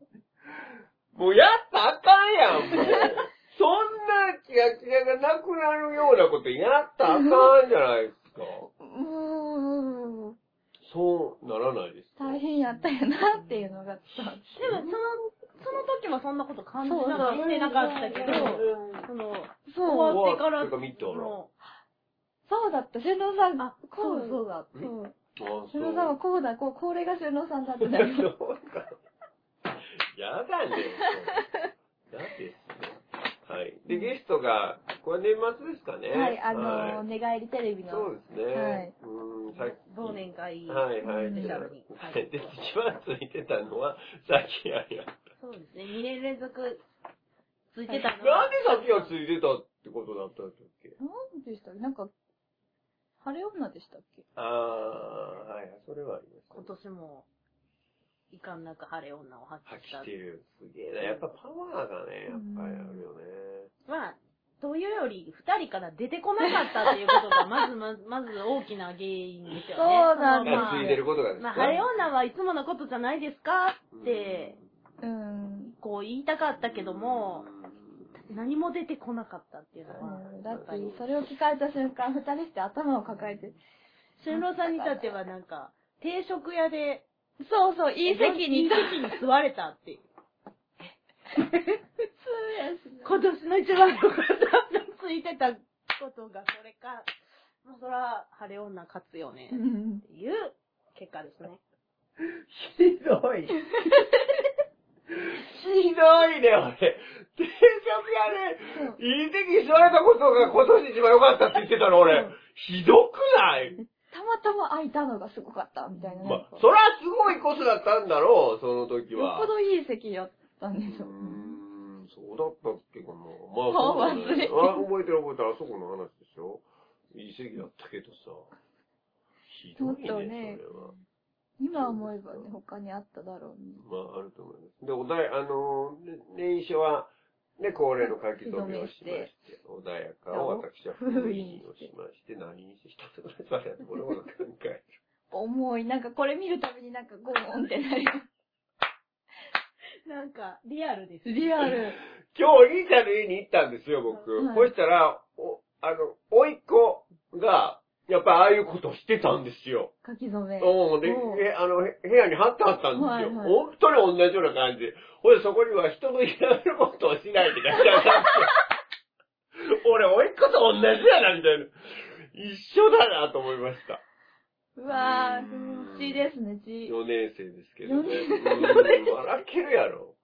Speaker 2: もうやったらあかんやん、 もう。そんなキラキラがなくなるようなことやったらあかんじゃないですか。
Speaker 1: うーん、
Speaker 2: そうならないですか。
Speaker 1: 大変やったんやなっていうのが伝わって。
Speaker 3: でも、その、その時もそんなこと感じなかったしてなかったけど、その、
Speaker 1: そう、
Speaker 3: 終わってから、
Speaker 2: 終わってから見たら
Speaker 3: もう
Speaker 1: そうだった、俊郎さん、
Speaker 3: あ
Speaker 1: こ
Speaker 3: そう
Speaker 1: う、
Speaker 3: そう
Speaker 1: だ
Speaker 3: だ
Speaker 1: そう。
Speaker 2: あ、そ
Speaker 1: 俊郎
Speaker 2: う。
Speaker 1: さんはこうだ、こう、これが俊郎さん だってなりま
Speaker 2: そ
Speaker 1: す。
Speaker 2: うか。やだね。やですね。はい。で、ゲストが、これ年末ですかね。
Speaker 1: はい、あの
Speaker 2: はい
Speaker 1: 寝返りテレビの。
Speaker 2: そうですね。
Speaker 1: はい。
Speaker 2: うん、さっき。
Speaker 3: 忘年会、
Speaker 2: はいはい。
Speaker 1: スペ
Speaker 3: シャルにはい
Speaker 2: で、一番ついてたのは、さっきやや。
Speaker 3: そうですね、2年連続、ついてたの
Speaker 2: な
Speaker 3: が
Speaker 2: んでさっきがついてたってことだったんだっけ
Speaker 1: なんでしたっけなんか、晴れ女でしたっけ
Speaker 2: あー、はいはい。それはありま
Speaker 3: 今
Speaker 2: すね。
Speaker 3: 年も、いかんなく晴れ女を発
Speaker 2: は
Speaker 3: 揮した
Speaker 2: きて。る。すげえな。やっぱパワーがね、やっぱりあるよね。
Speaker 3: まあ、というより、二人から出てこなかったっていうことが、まずまず、まず大きな原因ですよね。
Speaker 1: そうなんだ
Speaker 3: のま
Speaker 2: が
Speaker 3: あ
Speaker 2: ついてることがですね。
Speaker 3: まあ、晴れ女はいつものことじゃないですかって、
Speaker 1: うーん。
Speaker 3: こう言いたかったけども、
Speaker 2: うん
Speaker 3: 何も出てこなかったっていうのは、
Speaker 1: だって、それを聞かれた瞬間、二人して頭を抱えて、
Speaker 3: 俊郎さんに至ってはなんか、定食屋で、
Speaker 1: そうそう、いい席に
Speaker 3: いい
Speaker 1: いた。
Speaker 3: 席に座れたっていう。
Speaker 1: 普通やしな
Speaker 3: 今年の一番良かった、ついてたことが、それか、まあ、そら、晴れ女勝つよね、
Speaker 1: う
Speaker 3: っ
Speaker 1: ん
Speaker 3: ていう結果ですね。
Speaker 2: ひど い。ひどいね、俺。定食屋で、いい時座れたことが今年一番良かったって言ってたの、俺。ひどくない
Speaker 1: たまたま空いたのがすごかった、みたいな。なん
Speaker 2: まあ
Speaker 1: か、
Speaker 2: そらすごいコスだったんだろう、その時
Speaker 1: よっ
Speaker 2: は
Speaker 1: ぽ。どいい席やっったんでし
Speaker 2: う
Speaker 1: ょうね。
Speaker 2: ん、そうだったっけかな。まあ、
Speaker 1: あ
Speaker 2: そう
Speaker 1: 忘
Speaker 2: だ
Speaker 1: れ
Speaker 2: ね。
Speaker 1: て
Speaker 2: あ、覚えてる覚えてる、あそこの話でしょ。いい席だったけどさ。ひどい
Speaker 1: もっと
Speaker 2: ね
Speaker 1: ね、
Speaker 2: それは。
Speaker 1: 今思えばね、他にあっただろうね。
Speaker 2: まあ、あると思います。で、お題、あのー、ね年始は、ね、恒例の書き留めをしまして、穏やかを私は封印をしまして、何にして一つぐらいされたものを考え
Speaker 1: 重い。なんかこれ見るたびになんかゴーンってなりま。
Speaker 3: なんか、リアルですす。
Speaker 1: リアル。
Speaker 2: 今日お兄ちゃんの家に行ったんですよ、僕。
Speaker 1: はい
Speaker 2: そしたら、お、あの、甥いっ子が、やっぱりああいうことをしてたんですよ。
Speaker 1: 書き初め。
Speaker 2: うん、で、
Speaker 1: おう
Speaker 2: へあの、へ部屋に貼ってあったんですよ。
Speaker 1: はいはい
Speaker 2: 本当に同じような感じ。ほいで、そこには人のいられることをしないで書いてあった んですよ。俺、甥いっ子と同じやな、みたいな。一緒だな、と思いました。
Speaker 1: うわぁ、血ですね、血。
Speaker 2: 4年生ですけどね。
Speaker 1: 四
Speaker 2: うん笑けるやろ。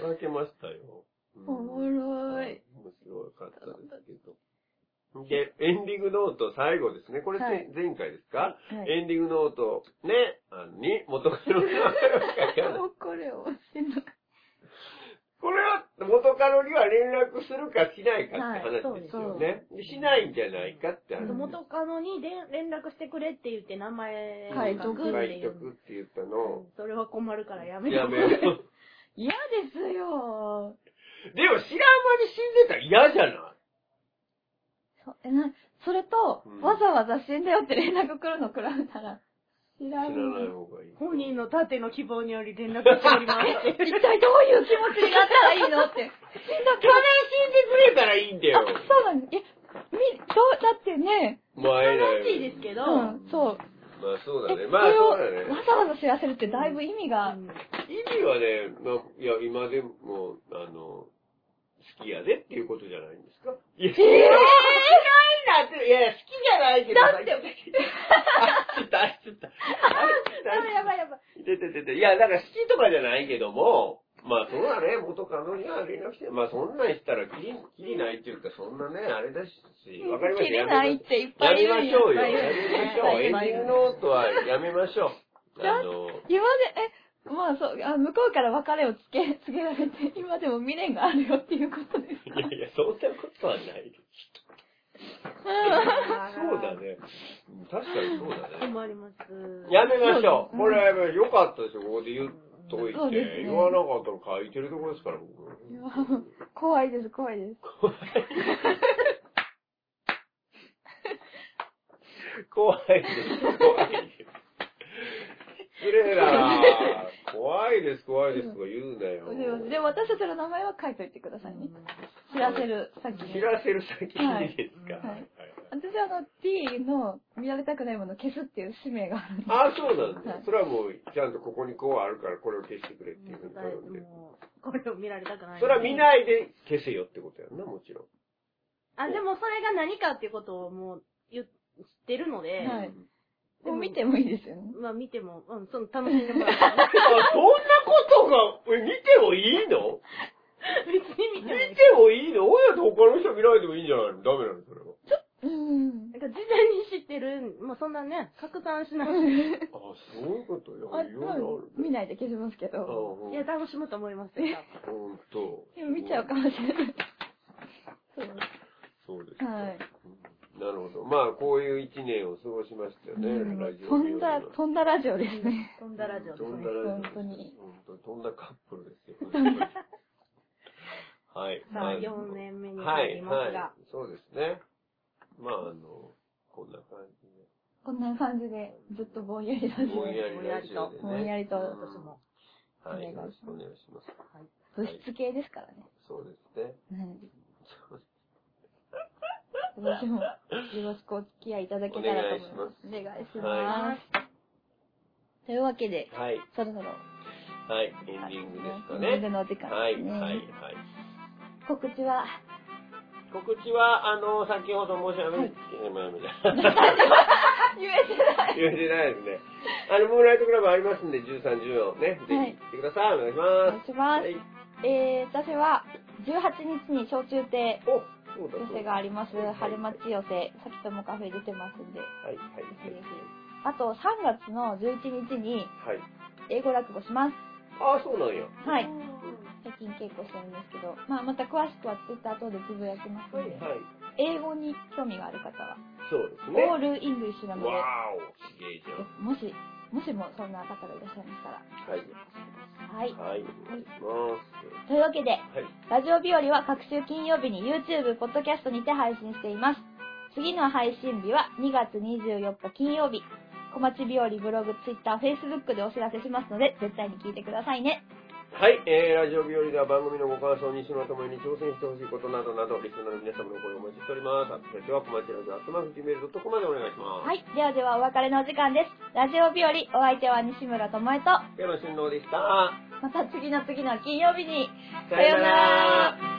Speaker 2: 笑けましたよ。うん
Speaker 1: おもろい。
Speaker 2: 面白かったですけど。で、エンディングノート最後ですね。これ、ぜ
Speaker 1: はい
Speaker 2: 前回ですか、
Speaker 1: はい。
Speaker 2: エンディングノート、ね、あのに、元カノの名前を書かない
Speaker 1: もうこれ面白い。
Speaker 2: これは、元カノには連絡するかしないかって
Speaker 3: はい
Speaker 2: 話ですよ
Speaker 1: そう
Speaker 2: ね。でしないんじゃないかって話。
Speaker 1: うん
Speaker 3: 元カノに連連絡してくれって言って名前
Speaker 1: 書いと
Speaker 3: 書
Speaker 1: く
Speaker 3: っ
Speaker 2: 書
Speaker 3: て
Speaker 2: い
Speaker 3: い
Speaker 2: と
Speaker 3: う
Speaker 2: くって言ったの、
Speaker 3: それは困るからやめ
Speaker 2: やめよう。でも
Speaker 1: 嫌ですよ
Speaker 2: 知らん間に死んでたら嫌じゃない
Speaker 1: そえなそれと、
Speaker 2: うん
Speaker 1: わざわざ死んだよって連絡来るの食らうなら、知ら
Speaker 2: 知
Speaker 1: ん。
Speaker 2: らない方がいい。
Speaker 3: 本人の盾の希望により連絡して おりますっ
Speaker 1: 一
Speaker 3: て。
Speaker 1: 体どういう気持ちになったらいいのって。死んだ
Speaker 2: 去年死んでくれたらいいん だよ。
Speaker 1: あ、そうなんです。いや、み、どう、だってね、
Speaker 2: 前
Speaker 3: 悲しいですけど
Speaker 1: うん、そう。
Speaker 2: まあそうだね。
Speaker 1: え、
Speaker 2: まあ
Speaker 1: それを
Speaker 2: そうだね。
Speaker 1: わざわざ知らせるってだいぶ意味が、
Speaker 2: 意味はね、まあ、いや、今でも、あの、好きやでっていうことじゃないんですかいや、えー、ないなって、いやいや、好きじゃないけど。
Speaker 1: だって
Speaker 2: あ、 ちょっと、あ、ち ょっと。あ、ちょ
Speaker 1: あやばいやばい。
Speaker 2: っと。で、で、で、で、いや、だから好きとかじゃないけども、まあそうだね、元カノには連絡して、まあそんなんしたらきり、きりないっていうか、そんなね、あれだし、わかりました
Speaker 1: 切れないっていっぱ
Speaker 2: や
Speaker 1: いいる
Speaker 2: めま
Speaker 1: ん
Speaker 2: しょうよ。
Speaker 1: いっぱいいる
Speaker 2: やめましょう。エンディングノートはやめましょう。あの、
Speaker 1: 今で、え、まあそう、あ向こうから別れをつけ、つけられて、今でも未練があるよっていうことですか
Speaker 2: いやいや、そんなことはないです。そうだね。確かにそうだね。
Speaker 3: 困ります。
Speaker 2: やめましょ
Speaker 1: そうですね
Speaker 2: う。これはやめよかったですよ。ここで言っとい
Speaker 1: そうで
Speaker 2: て。
Speaker 1: すね
Speaker 2: 言わなかったら書いてるところですから、 僕。
Speaker 1: いや怖いです、怖い です。
Speaker 2: 怖い。怖いです、怖いです。失礼な怖いです、怖いですとか言うなよ。
Speaker 1: でも、でも私たちの名前は書いといてくださいね。知らせる、さっき
Speaker 2: 知らせる先にですか。
Speaker 1: はい私はあの、T の見られたくないものを消すっていう使命があるんで。
Speaker 2: あ、そうなんだ、
Speaker 1: はい
Speaker 2: それはもう、ちゃんとここにこうあるから、これを消してくれっていうふうに頼んで。
Speaker 3: もう、これを見られたくない。
Speaker 2: それは見ないで消せよってことやんな、もちろん。
Speaker 3: あ、でもそれが何かっていうことをもう言ってるので、
Speaker 1: はい
Speaker 3: で
Speaker 1: もう見てもいいですよね。
Speaker 3: まあ見ても、うん、その楽しんでも らったら
Speaker 2: あそんなことが、え見てもいいの
Speaker 3: 別に見
Speaker 2: 見
Speaker 3: てもいい。
Speaker 2: てもいいの親と他の人見ないでもいいんじゃないのダメなのそれ は。
Speaker 1: うん。
Speaker 3: なんか事前に知ってる、まあそんなね、拡散しない。
Speaker 2: あ、そういうことよ。
Speaker 1: あ
Speaker 2: いろいろある
Speaker 1: 見
Speaker 2: ね。
Speaker 1: ないで消しますけ
Speaker 2: あ、
Speaker 1: ど。
Speaker 2: ほん
Speaker 3: いや、楽しむと思いますよ。
Speaker 2: ほんと。
Speaker 1: でも見ちゃうかもしれない。そう。
Speaker 2: そうですか。
Speaker 1: はい
Speaker 2: うんなるほど。まあ、こういう一年を過ごしましたよね、ラジオ日和
Speaker 1: 飛
Speaker 2: は。
Speaker 1: んだ、飛んだラジオですね。
Speaker 3: 飛んだラジオです
Speaker 2: 飛ん
Speaker 3: ね
Speaker 2: だ。ラジオ。
Speaker 1: 本当に
Speaker 2: 本当。飛んだカップルですよ。本当 にはい。
Speaker 3: さあ、
Speaker 2: ま
Speaker 3: 4年目に
Speaker 2: は、
Speaker 3: ないりま
Speaker 2: は
Speaker 3: すが、
Speaker 2: い。そうですね。まあ、あの、こんな感じ
Speaker 1: こんな感じで、ずっとぼんやりラジ
Speaker 2: で。
Speaker 1: オ
Speaker 2: ぼんやりラジオ でね。
Speaker 1: ぼんやりと
Speaker 2: うん
Speaker 3: 私も。
Speaker 2: はい、
Speaker 1: お
Speaker 2: よ
Speaker 1: 願
Speaker 2: ろ
Speaker 1: い
Speaker 2: し
Speaker 1: し
Speaker 2: く
Speaker 1: ま
Speaker 2: お
Speaker 1: す
Speaker 2: 願いします。
Speaker 1: 物質系ですからね。
Speaker 2: そうですね。
Speaker 1: はい私も、よろしくお付き合いいただけたらと思います。お願いします。
Speaker 2: は
Speaker 1: というわけで、
Speaker 2: はい、
Speaker 1: そろそろ、
Speaker 2: はい、エンディングですか
Speaker 1: エンディング
Speaker 2: ね。
Speaker 1: のお時
Speaker 2: は
Speaker 1: 間です
Speaker 2: い、
Speaker 1: ね。
Speaker 2: はい、はい。
Speaker 1: 告知は、
Speaker 2: 告知は、あの、先ほど申し上げ、えまあみたいな。
Speaker 1: 言えてない。
Speaker 2: 言えてないですね。あの、ムーンライトクラブありますんで、13、14ね、ぜひ来てください。お願いし
Speaker 1: お
Speaker 2: ま
Speaker 1: 願い
Speaker 2: す。
Speaker 1: します。
Speaker 2: はい。
Speaker 1: えー、私は、18日に小中亭
Speaker 2: お、そうだ、
Speaker 1: 寄
Speaker 2: そ
Speaker 1: せ
Speaker 2: うだ。
Speaker 1: があります
Speaker 2: はい。
Speaker 1: 春町寄せ、さきともカフェ出てますんで、ぜ
Speaker 2: はい、はい、
Speaker 1: ひぜひ。あと、3月の11日に、
Speaker 2: はい。
Speaker 1: 英語落語します。
Speaker 2: ああ、そうなんや。
Speaker 1: はい。えっ近結構してるんですけど、まあまた詳しくはツイッター等でつぶやきますので、
Speaker 2: はい。
Speaker 1: 英語に興味がある方は、
Speaker 2: そうですね。
Speaker 1: オールイングリッシュなので、
Speaker 2: わーお、すげえじゃん。
Speaker 1: もし、もしもそんな方がいらっしゃいましたら、
Speaker 2: はい。
Speaker 1: はい。
Speaker 2: はい、お願いしま
Speaker 1: というわけで、
Speaker 2: す。はい。
Speaker 1: ラジオ日和は各週金曜日に YouTube、ポッドキャストにて配信しています。次の配信日は2月24日金曜日。小町日和ブログ、Twitter、Facebook でお知らせしますので、絶対に聞いてくださいね。
Speaker 2: はい、えー、ラジオ日和では番組のご感想、西村智也に挑戦してほしいことなどなど、リスナーの皆様の声をお待ちしております。宛先は小町ラジオ、あつまふきメールドットコムまでお願いします。
Speaker 1: はい。ではではお別れのお時間です。ラジオ日和、お相手は西村智恵と、
Speaker 2: 今日の新郎でした。
Speaker 1: また次の次の金曜日に。
Speaker 2: さようなら。